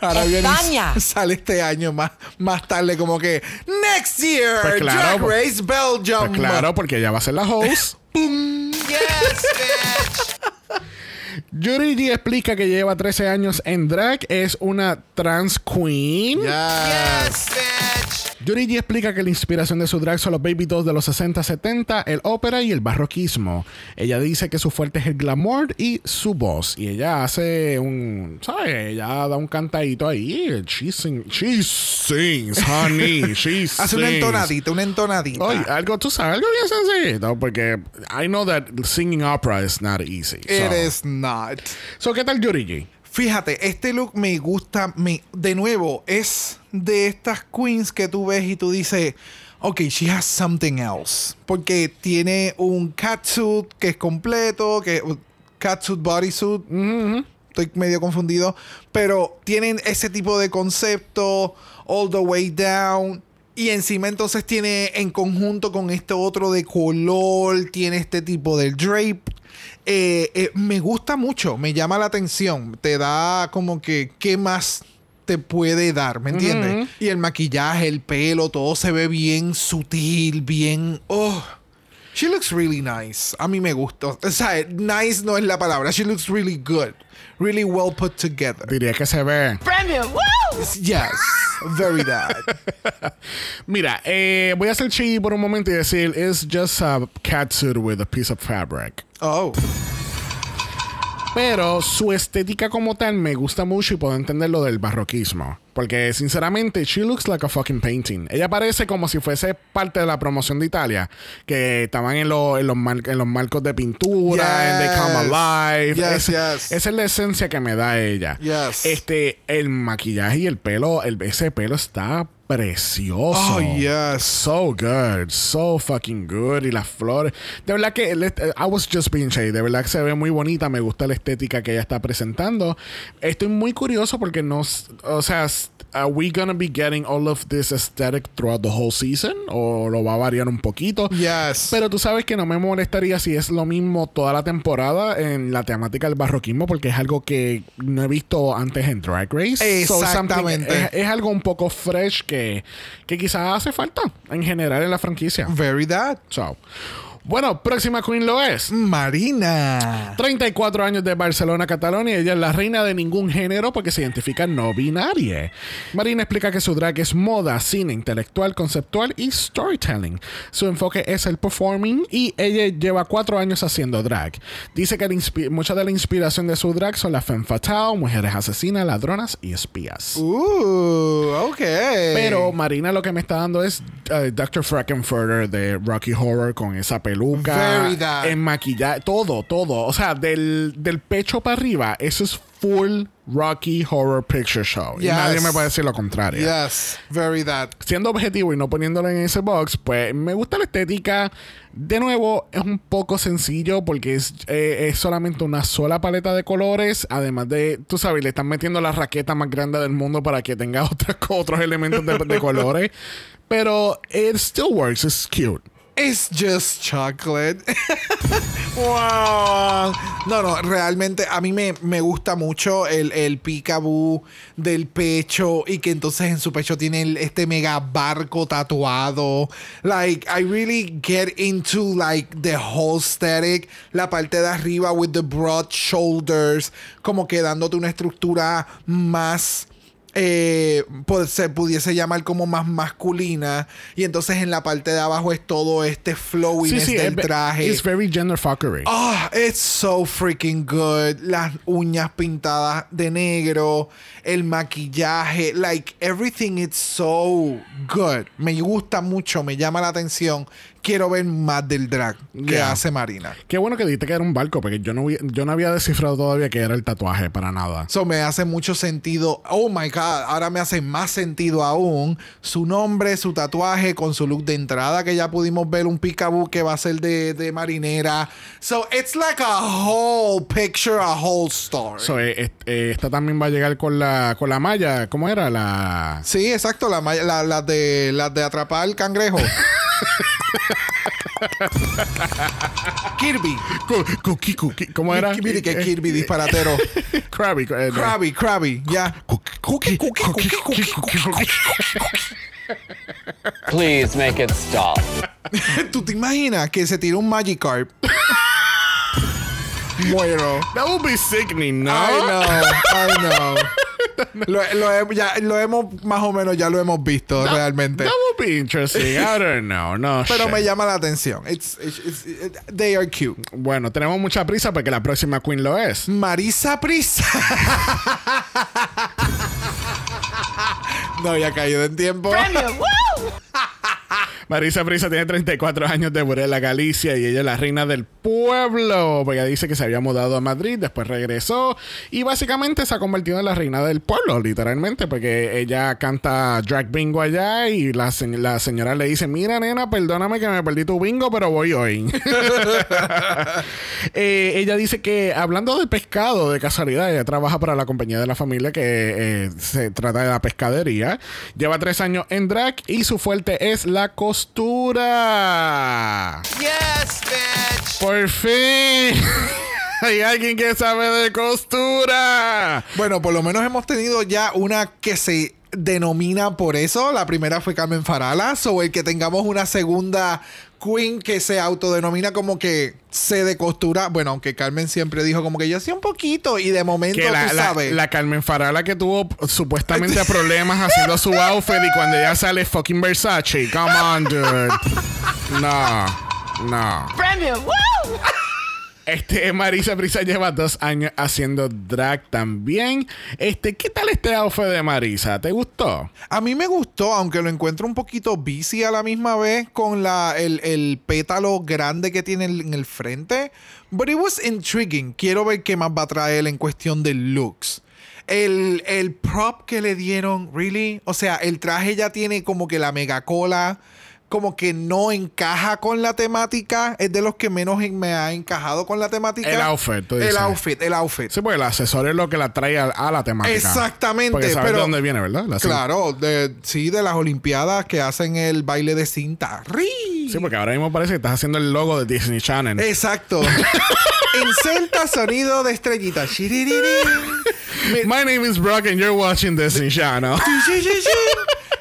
Ahora viene España. y sale este año más, más tarde como que next year Pues claro, Drag Race Belgium. Pues claro, porque ella va a ser la host. Yuri G explica que lleva 13 años en drag, es una trans queen. Yes. Yuri G explica que la inspiración de su drag son los baby dolls de los 60, 70, el ópera y el barroquismo. Ella dice que su fuerte es el glamour y su voz. Y ella hace un, ¿sabes? Ella da un cantadito ahí. She, sing- she sings, honey. She sings. Hace una entonadita, una entonadita. Oye, Oh, algo, tú sabes, algo bien sencillito, porque I know that singing opera is not easy. It so. is not. So, ¿qué tal Yuri G? Fíjate, este look me gusta. Me, de nuevo, es de estas queens que tú ves y tú dices, ok, she has something else. Porque tiene un catsuit que es completo, que catsuit, bodysuit. Estoy medio confundido. Pero tienen ese tipo de concepto, all the way down. Y encima entonces tiene en conjunto con este otro de color, tiene este tipo de drape. Eh, eh, me gusta mucho, me llama la atención. Te da como que, ¿qué más te puede dar? ¿Me entiendes? Y el maquillaje, el pelo, todo se ve bien sutil, bien... Oh, she looks really nice. A mí me gustó. O sea, nice no es la palabra. She looks really good. Really well put together. Diría que se ve. Premium. Woo! Yes, very that. Mira, eh, voy a hacer chi por un momento y decir, it's just a catsuit with a piece of fabric. Oh. Pero su estética como tal me gusta mucho y puedo entender lo del barroquismo. Porque sinceramente, she looks like a fucking painting. Ella parece como si fuese parte de la promoción de Italia, que estaban en, lo- en los, mar- en los marcos de pintura, en They Come Yes. Alive. Yes, Es- yes. Esa es la esencia que me da ella. Yes. Este, el maquillaje y el pelo, el, ese pelo está precioso. Oh, yes. So good, so fucking good. Y las flores. De verdad que el est- I was just being shady. De verdad que se ve muy bonita. Me gusta la estética que ella está presentando. Estoy muy curioso porque no. s- O sea, s- ¿are we gonna be getting all of this aesthetic throughout the whole season? ¿O lo va a variar un poquito? Yes. Pero tú sabes que no me molestaría si es lo mismo toda la temporada en la temática del barroquismo, porque es algo que no he visto antes en Drag Race. So, something- Exactamente. es, es algo un poco fresh que, que quizás hace falta en general en la franquicia. Very that. So, bueno, próxima Queen lo es. Marina. 34 años de Barcelona, Cataluña. Ella es la reina de ningún género porque se identifica no binaria. Marina explica que su drag es moda, cine, intelectual, conceptual y storytelling. Su enfoque es el performing y ella lleva cuatro años haciendo drag. Dice que la inspi- mucha de la inspiración de su drag son las femme fatale, mujeres asesinas, ladronas y espías. Uh, ok. Pero Marina lo que me está dando es eh, Dr. Frankenfurter de Rocky Horror con esa peluca, Very that. en maquillaje, todo, todo. O sea, del, del pecho para arriba, eso es full Rocky Horror Picture Show. Y Yes. nadie me puede decir lo contrario. Yes, very that. Siendo objetivo y no poniéndolo en ese box, pues me gusta la estética. De nuevo, es un poco sencillo porque es, eh, es solamente una sola paleta de colores. Además de, tú sabes, le están metiendo la raqueta más grande del mundo para que tenga otras co- otros elementos de, de colores. Pero it still works, it's cute. It's just chocolate. wow. No, no, realmente a mí me, me gusta mucho el, el peekaboo del pecho y que entonces en su pecho tiene el- este mega barco tatuado. Like, I really get into like the whole aesthetic, la parte de arriba with the broad shoulders, como que dándote una estructura más eh, pu- se pudiese llamar como más masculina y entonces en la parte de abajo es todo este flowiness del ve- traje. It's very gender fuckery. Ah, it's so freaking good. Las uñas pintadas de negro, el maquillaje, like everything is so good. Me gusta mucho, me llama la atención. Quiero ver más del drag que Yeah. hace Marina. Qué bueno que dijiste que era un barco, porque yo no, hubi- yo no había descifrado todavía que era el tatuaje para nada. So me hace mucho sentido. Oh my God, ahora me hace más sentido aún su nombre, su tatuaje, con su look de entrada que ya pudimos ver un peekaboo que va a ser de, de marinera. So it's like a whole picture, a whole story. So, eh, est- eh, esta también va a llegar con la, con la malla. ¿Cómo era? La. sí, exacto, la, ma- la, la de, la de atrapar al cangrejo. Kirby. Cu- cu- cu- cu- ¿Cómo era? Mire que Eh, Kirby disparatero. Krabby. eh, no. Krabby, Krabby, ya. Cookie, cookie, cookie, cookie, cookie, cookie. Please make it stop. ¿Tú te imaginas que se tiró un Magikarp? Muero. That would be sickening, ¿no? I know, I know. Lo, lo he- ya, lo hemos, más o menos, ya lo hemos visto realmente. That would be interesting. I don't know. No Pero shit. me llama la atención. It's- it's- it's- it- they are cute. Bueno, tenemos mucha prisa porque la próxima Queen lo es. Marisa Prisa. no había caído en tiempo. Premium. Woo! Marisa Prisa tiene 34 años de Burela, Galicia y ella es la reina del pueblo. Porque ella dice que se había mudado a Madrid, después regresó y básicamente se ha convertido en la reina del pueblo, literalmente, porque ella canta drag bingo allá y la, se- la señora le dice, mira nena, perdóname que me perdí tu bingo, pero voy hoy. Eh, ella dice que hablando de pescado, de casualidad, ella trabaja para la compañía de la familia que eh, se trata de la pescadería. Lleva tres años en drag y su fuerte es la costura. Yes, bitch. Por fin. Hay alguien que sabe de costura. Bueno, por lo menos hemos tenido ya una que se denomina por eso. La primera fue Carmen Farala. O el que tengamos una segunda queen que se autodenomina como que se de costura. Bueno, aunque Carmen siempre dijo como que yo hacía un poquito y de momento Que la, tú la- sabes. la Carmen Farala que tuvo supuestamente problemas haciendo su outfit y cuando ella sale fucking Versace. Come on, dude. No, no. Premium. Woo! Este, Marisa Brisa lleva dos años haciendo drag también. Este, ¿qué tal este outfit de Marisa? ¿Te gustó? A mí me gustó, aunque lo encuentro un poquito busy a la misma vez con la, el, el pétalo grande que tiene en el frente. But it was intriguing. Quiero ver qué más va a traer en cuestión de looks. El, el prop que le dieron, really. O sea, el traje ya tiene como que la mega cola. Como que no encaja con la temática. Es de los que menos en- me ha encajado con la temática. El outfit, tú dices. El outfit, el outfit. Sí, pues el accesorio es lo que la trae a, a la temática. Exactamente, Porque sabes pero- de dónde viene, ¿verdad? La- Claro, de, sí, de las Olimpiadas que hacen el baile de cinta. ¡Ri! Sí, porque ahora mismo parece que estás haciendo el logo de Disney Channel. Eh, Exacto. Inserta sonido de estrellita. Shiriririn. Mi- My name is Brock and you're watching Disney Channel. Shiriririn.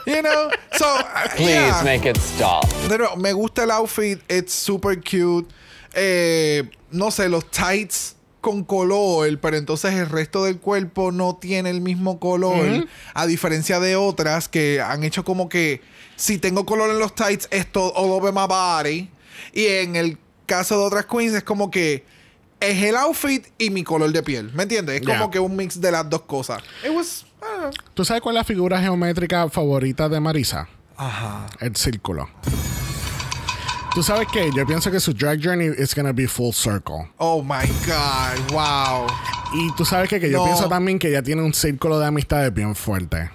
You know, so uh, Please yeah. make it stop. De nuevo, me gusta el outfit, it's super cute. Eh, no sé, los tights con color, pero entonces el resto del cuerpo no tiene el mismo color, a diferencia de otras que han hecho como que si tengo color en los tights es todo all over my body y en el caso de otras queens es como que es el outfit y mi color de piel, ¿me entiendes? Es Yeah. como que un mix de las dos cosas. It was, I don't know. ¿Tú sabes cuál es la figura geométrica favorita de Marisa? Ajá. El círculo. Tú sabes que yo pienso que su drag journey is gonna be full circle. Oh my God, wow. Y tú sabes que, que yo No. pienso también que ella tiene un círculo de amistades bien fuerte.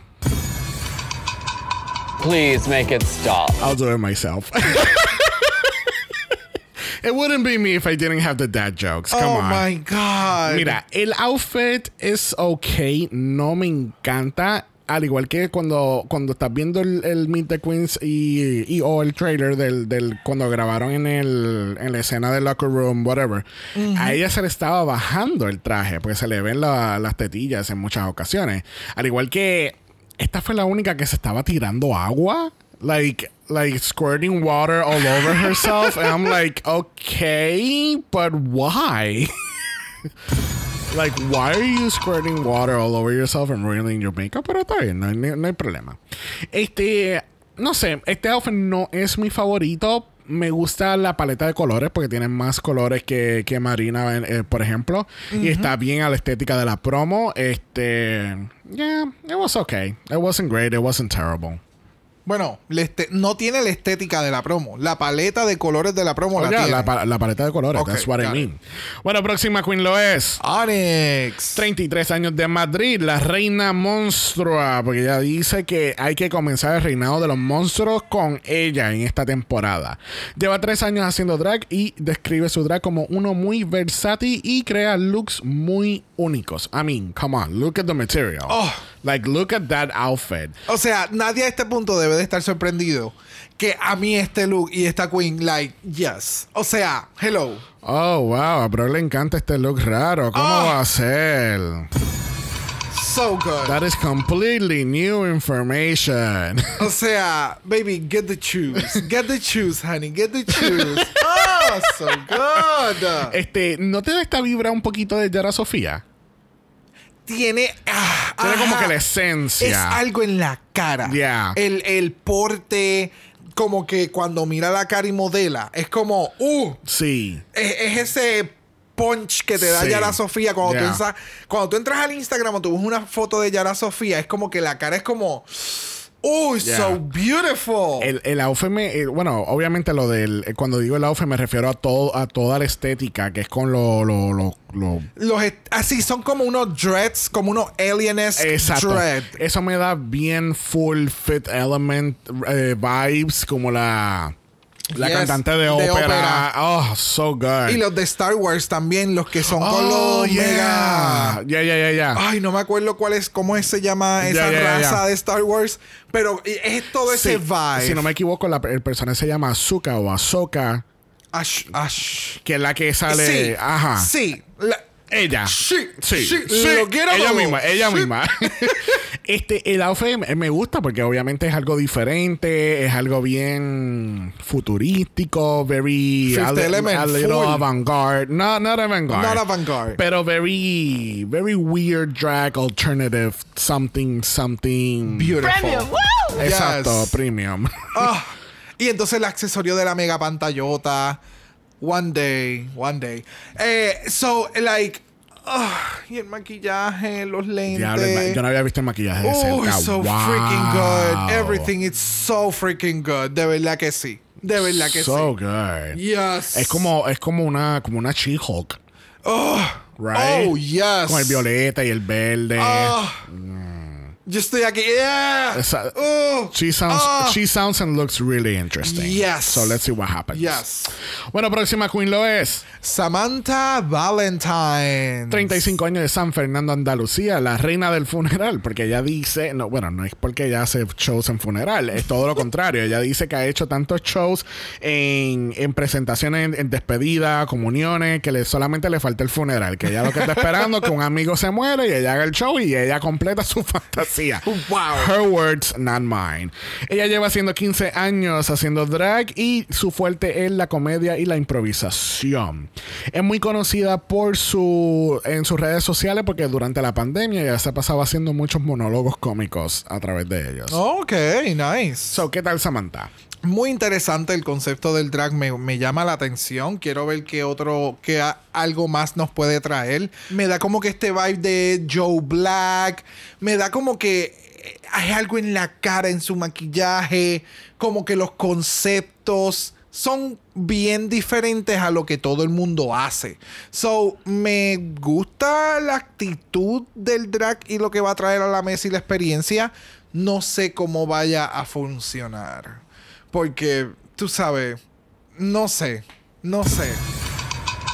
Please make it stop. I'll do it myself. it wouldn't be me if I didn't have the dad jokes. Come oh on. my God. Mira, el outfit es ok, no me encanta. Al igual que cuando, cuando estás viendo el, el Meet the Queens y, y- o el trailer del, del- cuando grabaron en, el, en la escena del locker room, whatever, a ella se le estaba bajando el traje porque se le ven la- las tetillas en muchas ocasiones. Al igual que esta fue la única que se estaba tirando agua. Like, like squirting water all over herself. And I'm like, okay, but why? Like, why are you squirting water all over yourself and ruining your makeup? Pero está bien, no hay, no hay problema. Este, no sé, este outfit no es mi favorito. Me gusta la paleta de colores porque tienen más colores que, que Marina, eh, por ejemplo. Y está bien a la estética de la promo. Este, yeah, it was okay. It wasn't great, it wasn't terrible. Bueno, la este- no tiene la estética de la promo. La paleta de colores de la promo la Yeah, tiene. la, pa- la paleta de colores, Oh, Ok, that's what I got it. mean. Bueno, próxima Queen lo es. Onyx. 33 años de Madrid, la reina monstrua, porque ella dice que hay que comenzar el reinado de los monstruos con ella en esta temporada. Lleva tres años haciendo drag y describe su drag como uno muy versátil y crea looks muy únicos. I mean, come on, look at the material. Oh. Like, look at that outfit. O sea, nadie a este punto debe de estar sorprendido que a mí este look y esta queen, like, yes. O sea, hello. Oh, wow, a Bro le encanta este look raro. ¿Cómo Oh. va a ser? So good. That is completely new information. O sea, baby, get the shoes. Get the shoes, honey. Get the shoes. Oh, so good. Este, ¿no te da esta vibra un poquito de Yara Sofía? Tiene. ah, Tiene como ajá. que la Es esencia. algo en la cara. Yeah. El, el porte, como que cuando mira la cara y modela, es como, uh, Sí. es, es ese punch que te da Sí. Yara Sofía cuando Yeah. tú ensa- cuando tú entras al Instagram o tú ves una foto de Yara Sofía, es como que la cara es como, uh, Yeah. so beautiful. El, el outfit me- eh, bueno, obviamente lo del, eh, cuando digo el outfit me refiero a todo, a toda la estética, que es con lo, lo, lo, lo- Los est- así son como unos dreads, como unos alienes Exacto. dread. Eso me da bien full fit element eh, vibes, como la, la Yes, cantante de, de ópera. ópera. Oh, so good. Y los de Star Wars también, los que son con oh, los mega- yeah. Ya, ya, ya, ya. Ay, no me acuerdo cuál es, cómo es- se llama esa ya, ya, raza ya. de Star Wars, pero e, es todo Oh, ese Sí, vibe. Si no me equivoco, la- el personaje se llama Azuka o Azoka, Ash, Ash. que es la que sale. Sí, Ajá. sí. La- Ella. Sí, sí, sí, sí. lo quiero Ella todo. misma, ella Sí. misma. este, el outfit me- me gusta porque obviamente es algo diferente, es algo bien futurístico, very Fifth a, li- este Element, a little full. avant-garde. No, not avant-garde. Not avant-garde. Pero very, very weird drag alternative, something, something. Premium. Beautiful. Woo! Exacto, Yes. premium. Ah, y entonces el accesorio de la mega pantallota. One day, one day. Eh, so, like. ah, y el maquillaje, los lentes. Diablo, el ma- yo no había visto el maquillaje de Oh, cerca. it's Este- so Wow. freaking good. Everything is so freaking good. De verdad que sí. De verdad que So sí. good. Yes. Es como, es como una, como una She-Hulk. right? Oh, yes. Con el violeta y el verde. Ah. Mm. yo estoy aquí. Yeah. Esa- Oh. She sounds, Ah. she sounds and looks really interesting. Yes. So let's see what happens. Yes. Bueno, próxima Queen lo es. Samantha Valentine. 35 años de San Fernando, Andalucía, la reina del funeral, porque ella dice, no, bueno, no es porque ella hace shows en funeral, es todo lo contrario, ella dice que ha hecho tantos shows en, en presentaciones, en, en despedidas, comuniones, que le, solamente le falta el funeral, que ella lo que está esperando es que un amigo se muere y ella haga el show y ella completa su fantasía. Wow. Her words, not mine. Ella lleva haciendo 15 años haciendo drag y su fuerte es la comedia y la improvisación. Es muy conocida por su en sus redes sociales porque durante la pandemia ya se pasaba haciendo muchos monólogos cómicos a través de ellos. Ok, nice. So, ¿qué tal Samantha? Muy interesante el concepto del drag, me, me llama la atención. Quiero ver qué otro, qué a- algo más nos puede traer. Me da como que este vibe de Joe Black. Me da como que eh, hay algo en la cara, en su maquillaje, como que los conceptos. son bien diferentes a lo que todo el mundo hace. So, me gusta la actitud del drag y lo que va a traer a la mesa y la experiencia. No sé cómo vaya a funcionar. Porque, tú sabes, no sé, no sé,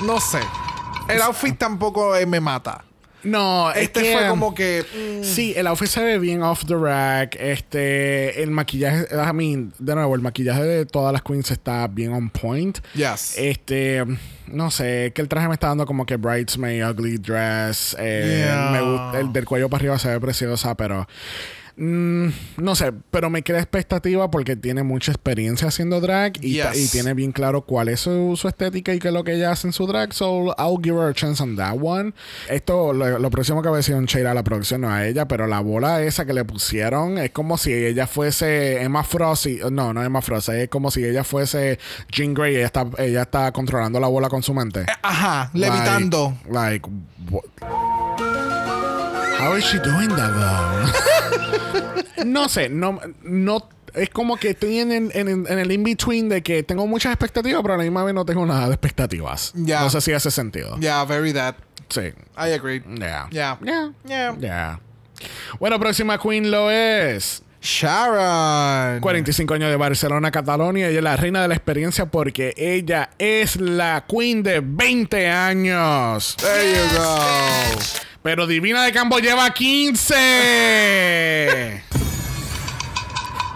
no sé. El outfit tampoco eh, me mata. No, es Este que, um, fue como que... Sí, el outfit se ve bien off the rack. Este, el maquillaje, a mí, de nuevo, el maquillaje de todas las queens está bien on point. Yes. Este, no sé, que el traje me está dando como que bridesmaid, ugly dress. eh, Yeah. me gusta, el del cuello para arriba se ve preciosa, pero. mm, no sé, pero me crea expectativa porque tiene mucha experiencia haciendo drag y, ta- Yes. y tiene bien claro cuál es su, su estética y qué es lo que ella hace en su drag. So I'll give her a chance on that one. Esto, lo, lo próximo que va a decir un shade a la producción, no a ella, pero la bola esa que le pusieron es como si ella fuese Emma Frost. y- no, no Emma Frost, es como si ella fuese Jean Grey. Ella está, ella está controlando la bola con su mente. Ajá, levitando. Like, like, what? How is she doing that though? no sé, no, no es como que estoy en, en- en- en el in-between de que tengo muchas expectativas, pero a la misma vez no tengo nada de expectativas. Ya. No sé si hace sentido. Yeah, very that. Sí. I agree. Yeah. Yeah. Yeah. Yeah. Yeah. Bueno, próxima queen lo es. Sharon. 45 años de Barcelona, Cataluña. Ella es la reina de la experiencia porque ella es la queen de 20 años. There you go. Pero Divina de Campo lleva 15.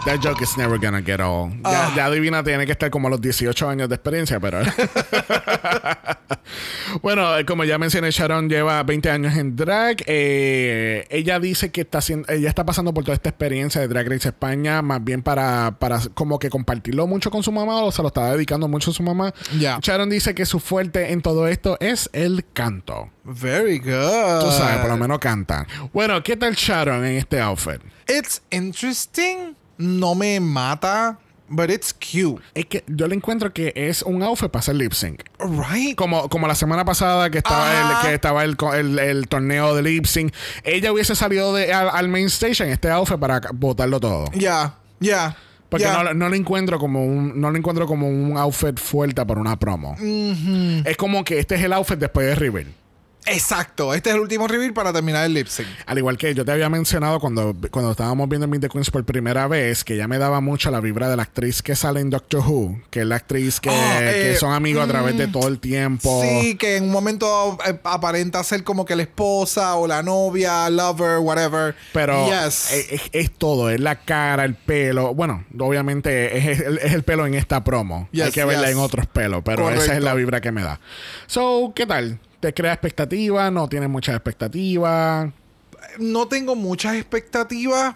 That joke is never gonna get old. Ya, ya Divina tiene que estar como a los 18 años de experiencia, pero. bueno, eh, como ya mencioné, Sharon lleva 20 años en drag. Eh, ella dice que está haciendo, ella está pasando por toda esta experiencia de Drag Race España, más bien para, para como que compartirlo mucho con su mamá o se lo está dedicando mucho a su mamá. Ya. Sharon dice que su fuerte en todo esto es el canto. Very good. Tú sabes, por lo menos canta. Bueno, ¿qué tal Sharon en este outfit? It's interesting. No me mata, but it's cute. Es que yo le encuentro que es un outfit para hacer lip sync. Right? Como, como la semana pasada que estaba, el, Ajá. que estaba el, co- el- el torneo de lip sync, ella hubiese salido de, al, al main stage en este outfit para botarlo todo. Yeah. Yeah. Porque yeah. no, lo- no lo encuentro como un, no lo encuentro como un outfit fuerte para una promo. Es como que este es el outfit después de River. Exacto. Este es el último reveal para terminar el lip sync. Al igual que yo te había mencionado cuando, cuando estábamos viendo Meet the Queens por primera vez, que ya me daba mucho la vibra de la actriz que sale en Doctor Who, que es la actriz que, Ah, que eh, son amigos a través de todo el tiempo. Sí, que en un momento eh, aparenta ser como que la esposa o la novia, lover, whatever. Pero eh, Yes. es, es- es todo, es la cara, el pelo. Bueno, obviamente es, es el- es el pelo en esta promo. Yes, Hay que verla yes. en otros pelos, pero esa es Correcto. la vibra que me da. So, ¿qué tal? ¿Te crea expectativa? ¿No tienes muchas expectativas? no tengo muchas expectativas.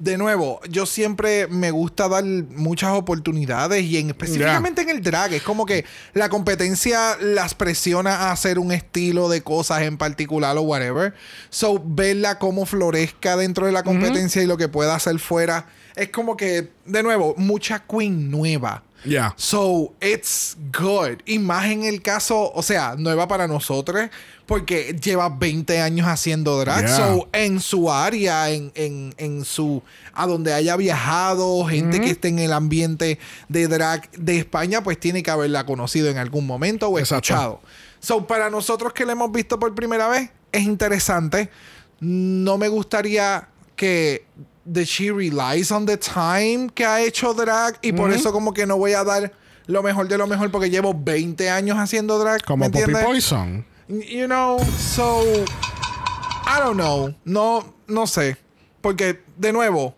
De nuevo, yo siempre me gusta dar muchas oportunidades y en, específicamente en el drag. Es como que la competencia las presiona a hacer un estilo de cosas en particular o whatever. So, verla cómo florezca dentro de la competencia y lo que pueda hacer fuera. Es como que, de nuevo, mucha queen nueva. Ya. So, it's good. Y más en el caso, o sea, nueva para nosotros, porque lleva 20 años haciendo drag. Yeah. So, en su área, en, en, en su. a donde haya viajado, gente que esté en el ambiente de drag de España, pues tiene que haberla conocido en algún momento o Exacto. escuchado. So, para nosotros que la hemos visto por primera vez, es interesante. No me gustaría que the she relies on the time que ha hecho drag y por eso como que no voy a dar lo mejor de lo mejor porque llevo 20 años haciendo drag. ¿me Como Poppy entiendes? Poison. You know, so I don't know. No, no sé. Porque, de nuevo,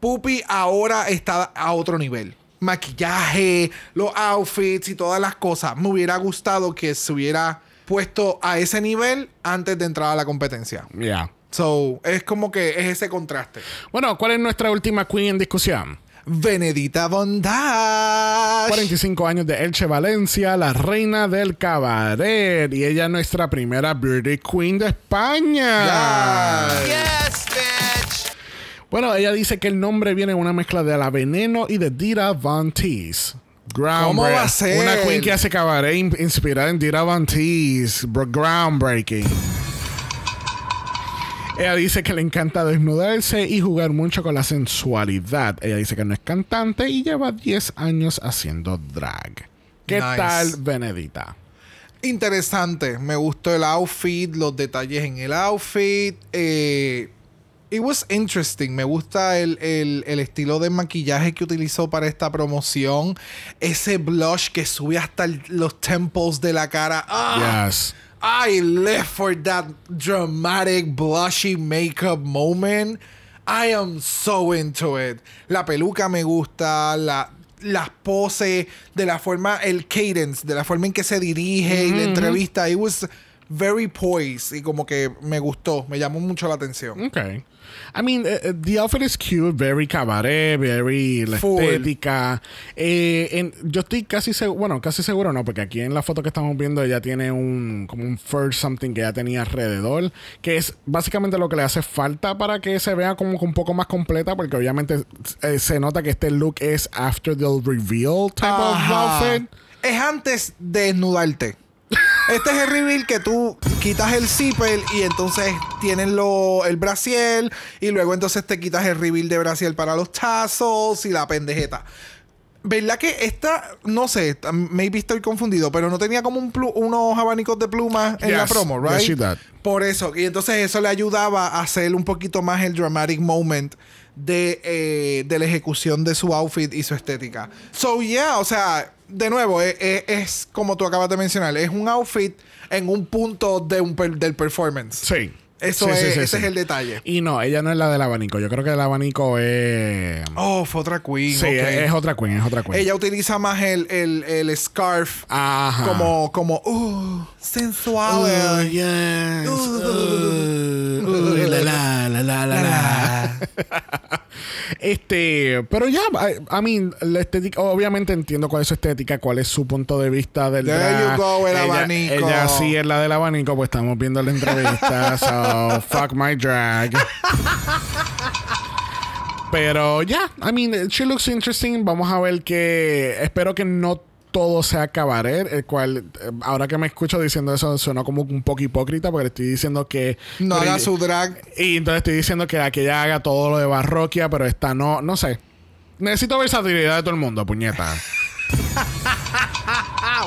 Pupi ahora está a otro nivel. Maquillaje, los outfits y todas las cosas. Me hubiera gustado que se hubiera puesto a ese nivel antes de entrar a la competencia. Ya. So, es como que es ese contraste. Bueno, ¿cuál es nuestra última queen en discusión? Benedita Bondage. 45 años de Elche Valencia, la reina del cabaret. Y ella es nuestra primera beauty queen de España. Yes, bitch. Bueno, ella dice que el nombre viene de una mezcla de la veneno y de Dira Van Teese. Groundbreak- ¿Cómo va a ser? Una queen que hace cabaret in- inspirada en Dira Van Teese. Bro- Groundbreaking. Ella dice que le encanta desnudarse y jugar mucho con la sensualidad. Ella dice que no es cantante y lleva 10 años haciendo drag. ¿Qué Nice. tal, Benedita? Interesante. Me gustó el outfit, los detalles en el outfit. Eh, it was interesting. Me gusta el, el- el estilo de maquillaje que utilizó para esta promoción. Ese blush que sube hasta el- los temples de la cara. ¡Ah! Yes. I live for that dramatic blushy makeup moment. I am so into it. La peluca me gusta, la, las poses, de la forma, el cadence, de la forma en que se dirige y la entrevista. It was very poised y como que me gustó, me llamó mucho la atención. Okay. I mean, eh, eh, the outfit is cute, very cabaret, very la Full. estética. Eh, en- yo estoy casi seguro, bueno, casi seguro no, porque aquí en la foto que estamos viendo ella tiene un como un fur something que ya tenía alrededor, que es básicamente lo que le hace falta para que se vea como que un poco más completa, porque obviamente eh, se nota que este look es after the reveal type Ajá. of outfit. Es antes de desnudarte. Este es el reveal que tú quitas el zipper y entonces tienes lo, el brasier y luego entonces te quitas el reveal de brasier para los tazos y la pendejeta. ¿Verdad que esta, no sé, t- maybe estoy confundido, pero no tenía como un plu- unos abanicos de plumas en la Yes. promo, Yes, right? she did. Por eso, y entonces eso le ayudaba a hacer un poquito más el dramatic moment de, eh, de la ejecución de su outfit y su estética. So, yeah, o sea, de nuevo, e- e- es, como tú acabas de mencionar, es un outfit en un punto de un per- del performance. Sí. Eso Sí, es, sí, sí, ese sí. es el detalle. Y no, ella no es la del abanico. Yo creo que el abanico es. Oh, fue otra queen. sí, ok. es, es otra queen, es otra queen. Ella utiliza más el, el, el scarf Ajá. como, como, uh, sensual. Oh, yes. Uh, Uh, la, la, la, la, la, la. Este, pero ya, I, I mean, la estética, obviamente entiendo cuál es su estética, cuál es su punto de vista del There drag. you go, el ella, abanico. Ella sí es la del abanico, pues estamos viendo la entrevista. so, fuck my drag. Pero ya, I mean, she looks interesting. Vamos a ver que. Espero que no todo sea cabaret, el cual, eh, ahora que me escucho diciendo eso, suena como un poco hipócrita porque le estoy diciendo que. no pero- haga su drag. Y entonces estoy diciendo que aquella haga todo lo de Barroquia, pero esta no, no sé. Necesito versatilidad de todo el mundo, puñeta.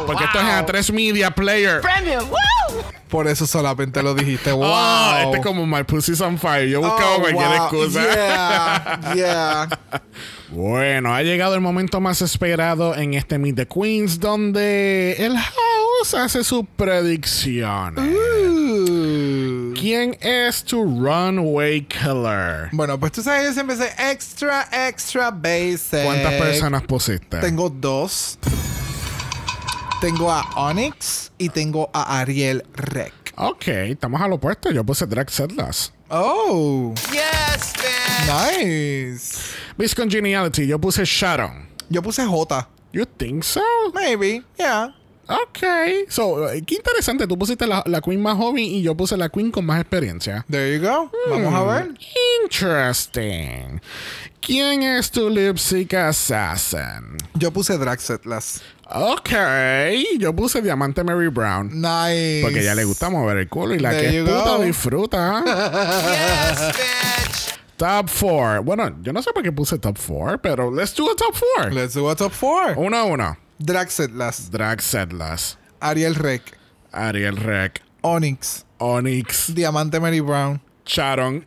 Porque esto es a 3 Media Player. Brendan, woo! Por eso solamente lo dijiste. Wow. Ah, este es como My Pussy's on Fire. Yo buscaba Oh, cualquier wow. excusa. Yeah, yeah. Bueno, ha llegado el momento más esperado en este Meet the Queens, donde el house hace sus predicciones. Uh. ¿Quién es tu runway killer? Bueno, pues tú sabes, yo siempre soy extra, extra basic. ¿Cuántas personas pusiste? Eh, Tengo dos. Tengo a Onyx y tengo a Ariel Rec. Ok, estamos al opuesto. Yo puse Drag Setlas. Oh, Yes, bitch. nice. Miss Congeniality, yo puse Sharon. Yo puse J. You think so? Maybe, yeah. Ok. So, eh, qué interesante. Tú pusiste la, la queen más joven y yo puse la queen con más experiencia. There you go. Vamos Hmm. a ver. Interesting. ¿Quién es tu lipstick assassin? Yo puse Draxetlas. Ok, yo puse Diamante Mary Brown. Nice. Porque ya le gusta mover el culo y la There que es you puta go. disfruta. Yes, bitch. top 4. Bueno, yo no sé por qué puse top 4, pero let's do a top 4. Let's do a top four. Uno a uno. Draxetlas, Drag Setlas, Ariel Rec, Ariel Rec, Onyx, Onyx, Diamante Mary Brown. Sharon.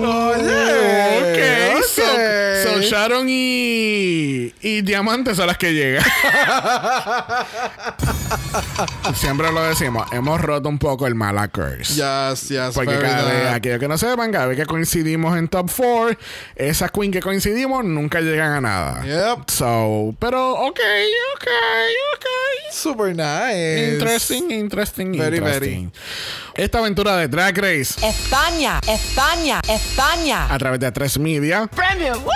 Oye, Uh, ok, ok. So, so Sharon y, y Diamante son las que llegan. Siempre lo decimos, hemos roto un poco el mala curse. Yes, yes. Porque very cada vez, nice. aquellos que no sepan, cada vez que coincidimos en top 4, esas queen que coincidimos nunca llegan a nada. Yep. So, pero ok, ok, ok. Super nice. Interesting, interesting, Very, interesting. Esta aventura de Drag Race España, España, España. a través de A3 Media Brendan, woo!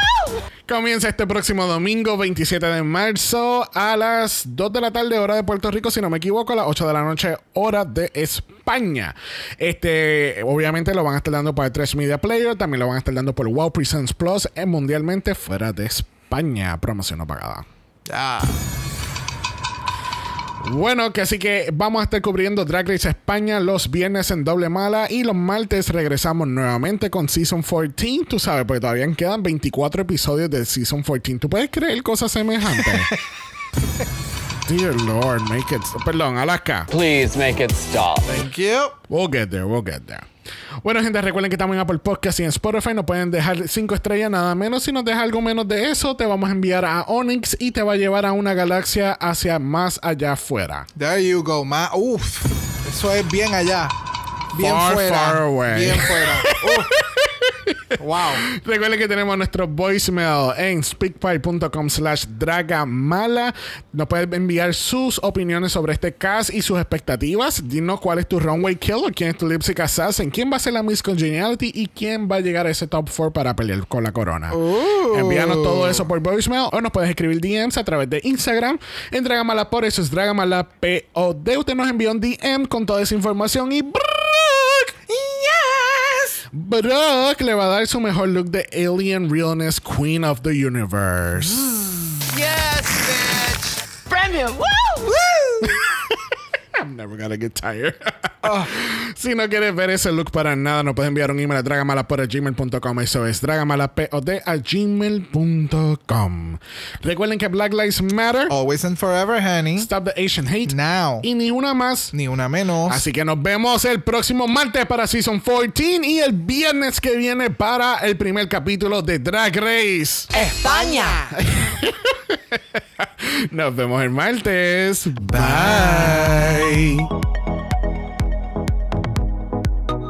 comienza este próximo domingo 27 de marzo a las 2 de la tarde hora de Puerto Rico, si no me equivoco, a las 8 de la noche hora de España. Este, obviamente lo van a estar dando por A3 Media Player, también lo van a estar dando por Wow Presents Plus en mundialmente fuera de España, promoción no pagada. Ah, Bueno, que así que vamos a estar cubriendo Drag Race España los viernes en doble mala y los martes regresamos nuevamente con Season 14. Tú sabes, porque todavía quedan 24 episodios de Season 14. ¿Tú puedes creer cosas semejantes? Dear Lord, make it. Perdón, Alaska. Please make it stop. Thank you. We'll get there, we'll get there. Bueno, gente, recuerden que estamos en Apple Podcast y en Spotify. Nos pueden dejar 5 estrellas, nada menos. Si nos deja algo menos de eso, te vamos a enviar a Onyx y te va a llevar a una galaxia hacia más allá afuera. There you go, ma. Uf, eso es bien allá. Bien Far, fuera. far away. Bien fuera. Uf. Wow. Recuerden que tenemos nuestro voicemail en speakpipe.com slash dragamala. Nos pueden enviar sus opiniones sobre este cast y sus expectativas. Dinos cuál es tu runway killer, quién es tu lipstick assassin, quién va a ser la Miss Congeniality y quién va a llegar a ese top 4 para pelear con la corona. Envíanos todo eso por voicemail o nos puedes escribir DMs a través de Instagram en Dragamala por eso es Dragamala POD. Usted nos envió un DM con toda esa información y ¡Brrrr! Brock le va a dar su mejor look de Alien Realness Queen of the Universe. Yes, bitch. Premium. Woo! I'm never gonna get tired. Ah, Si no quieres ver ese look para nada, no puedes enviar un email a dragamala.gmail.com. Eso es dragamalapod a gmail.com. Recuerden que Black Lives Matter, Always and forever, honey. Stop the Asian Hate, Now. y ni una más. Ni una menos. Así que nos vemos el próximo martes para Season 14 y el viernes que viene para el primer capítulo de Drag Race. España. Nos vemos el martes. Bye.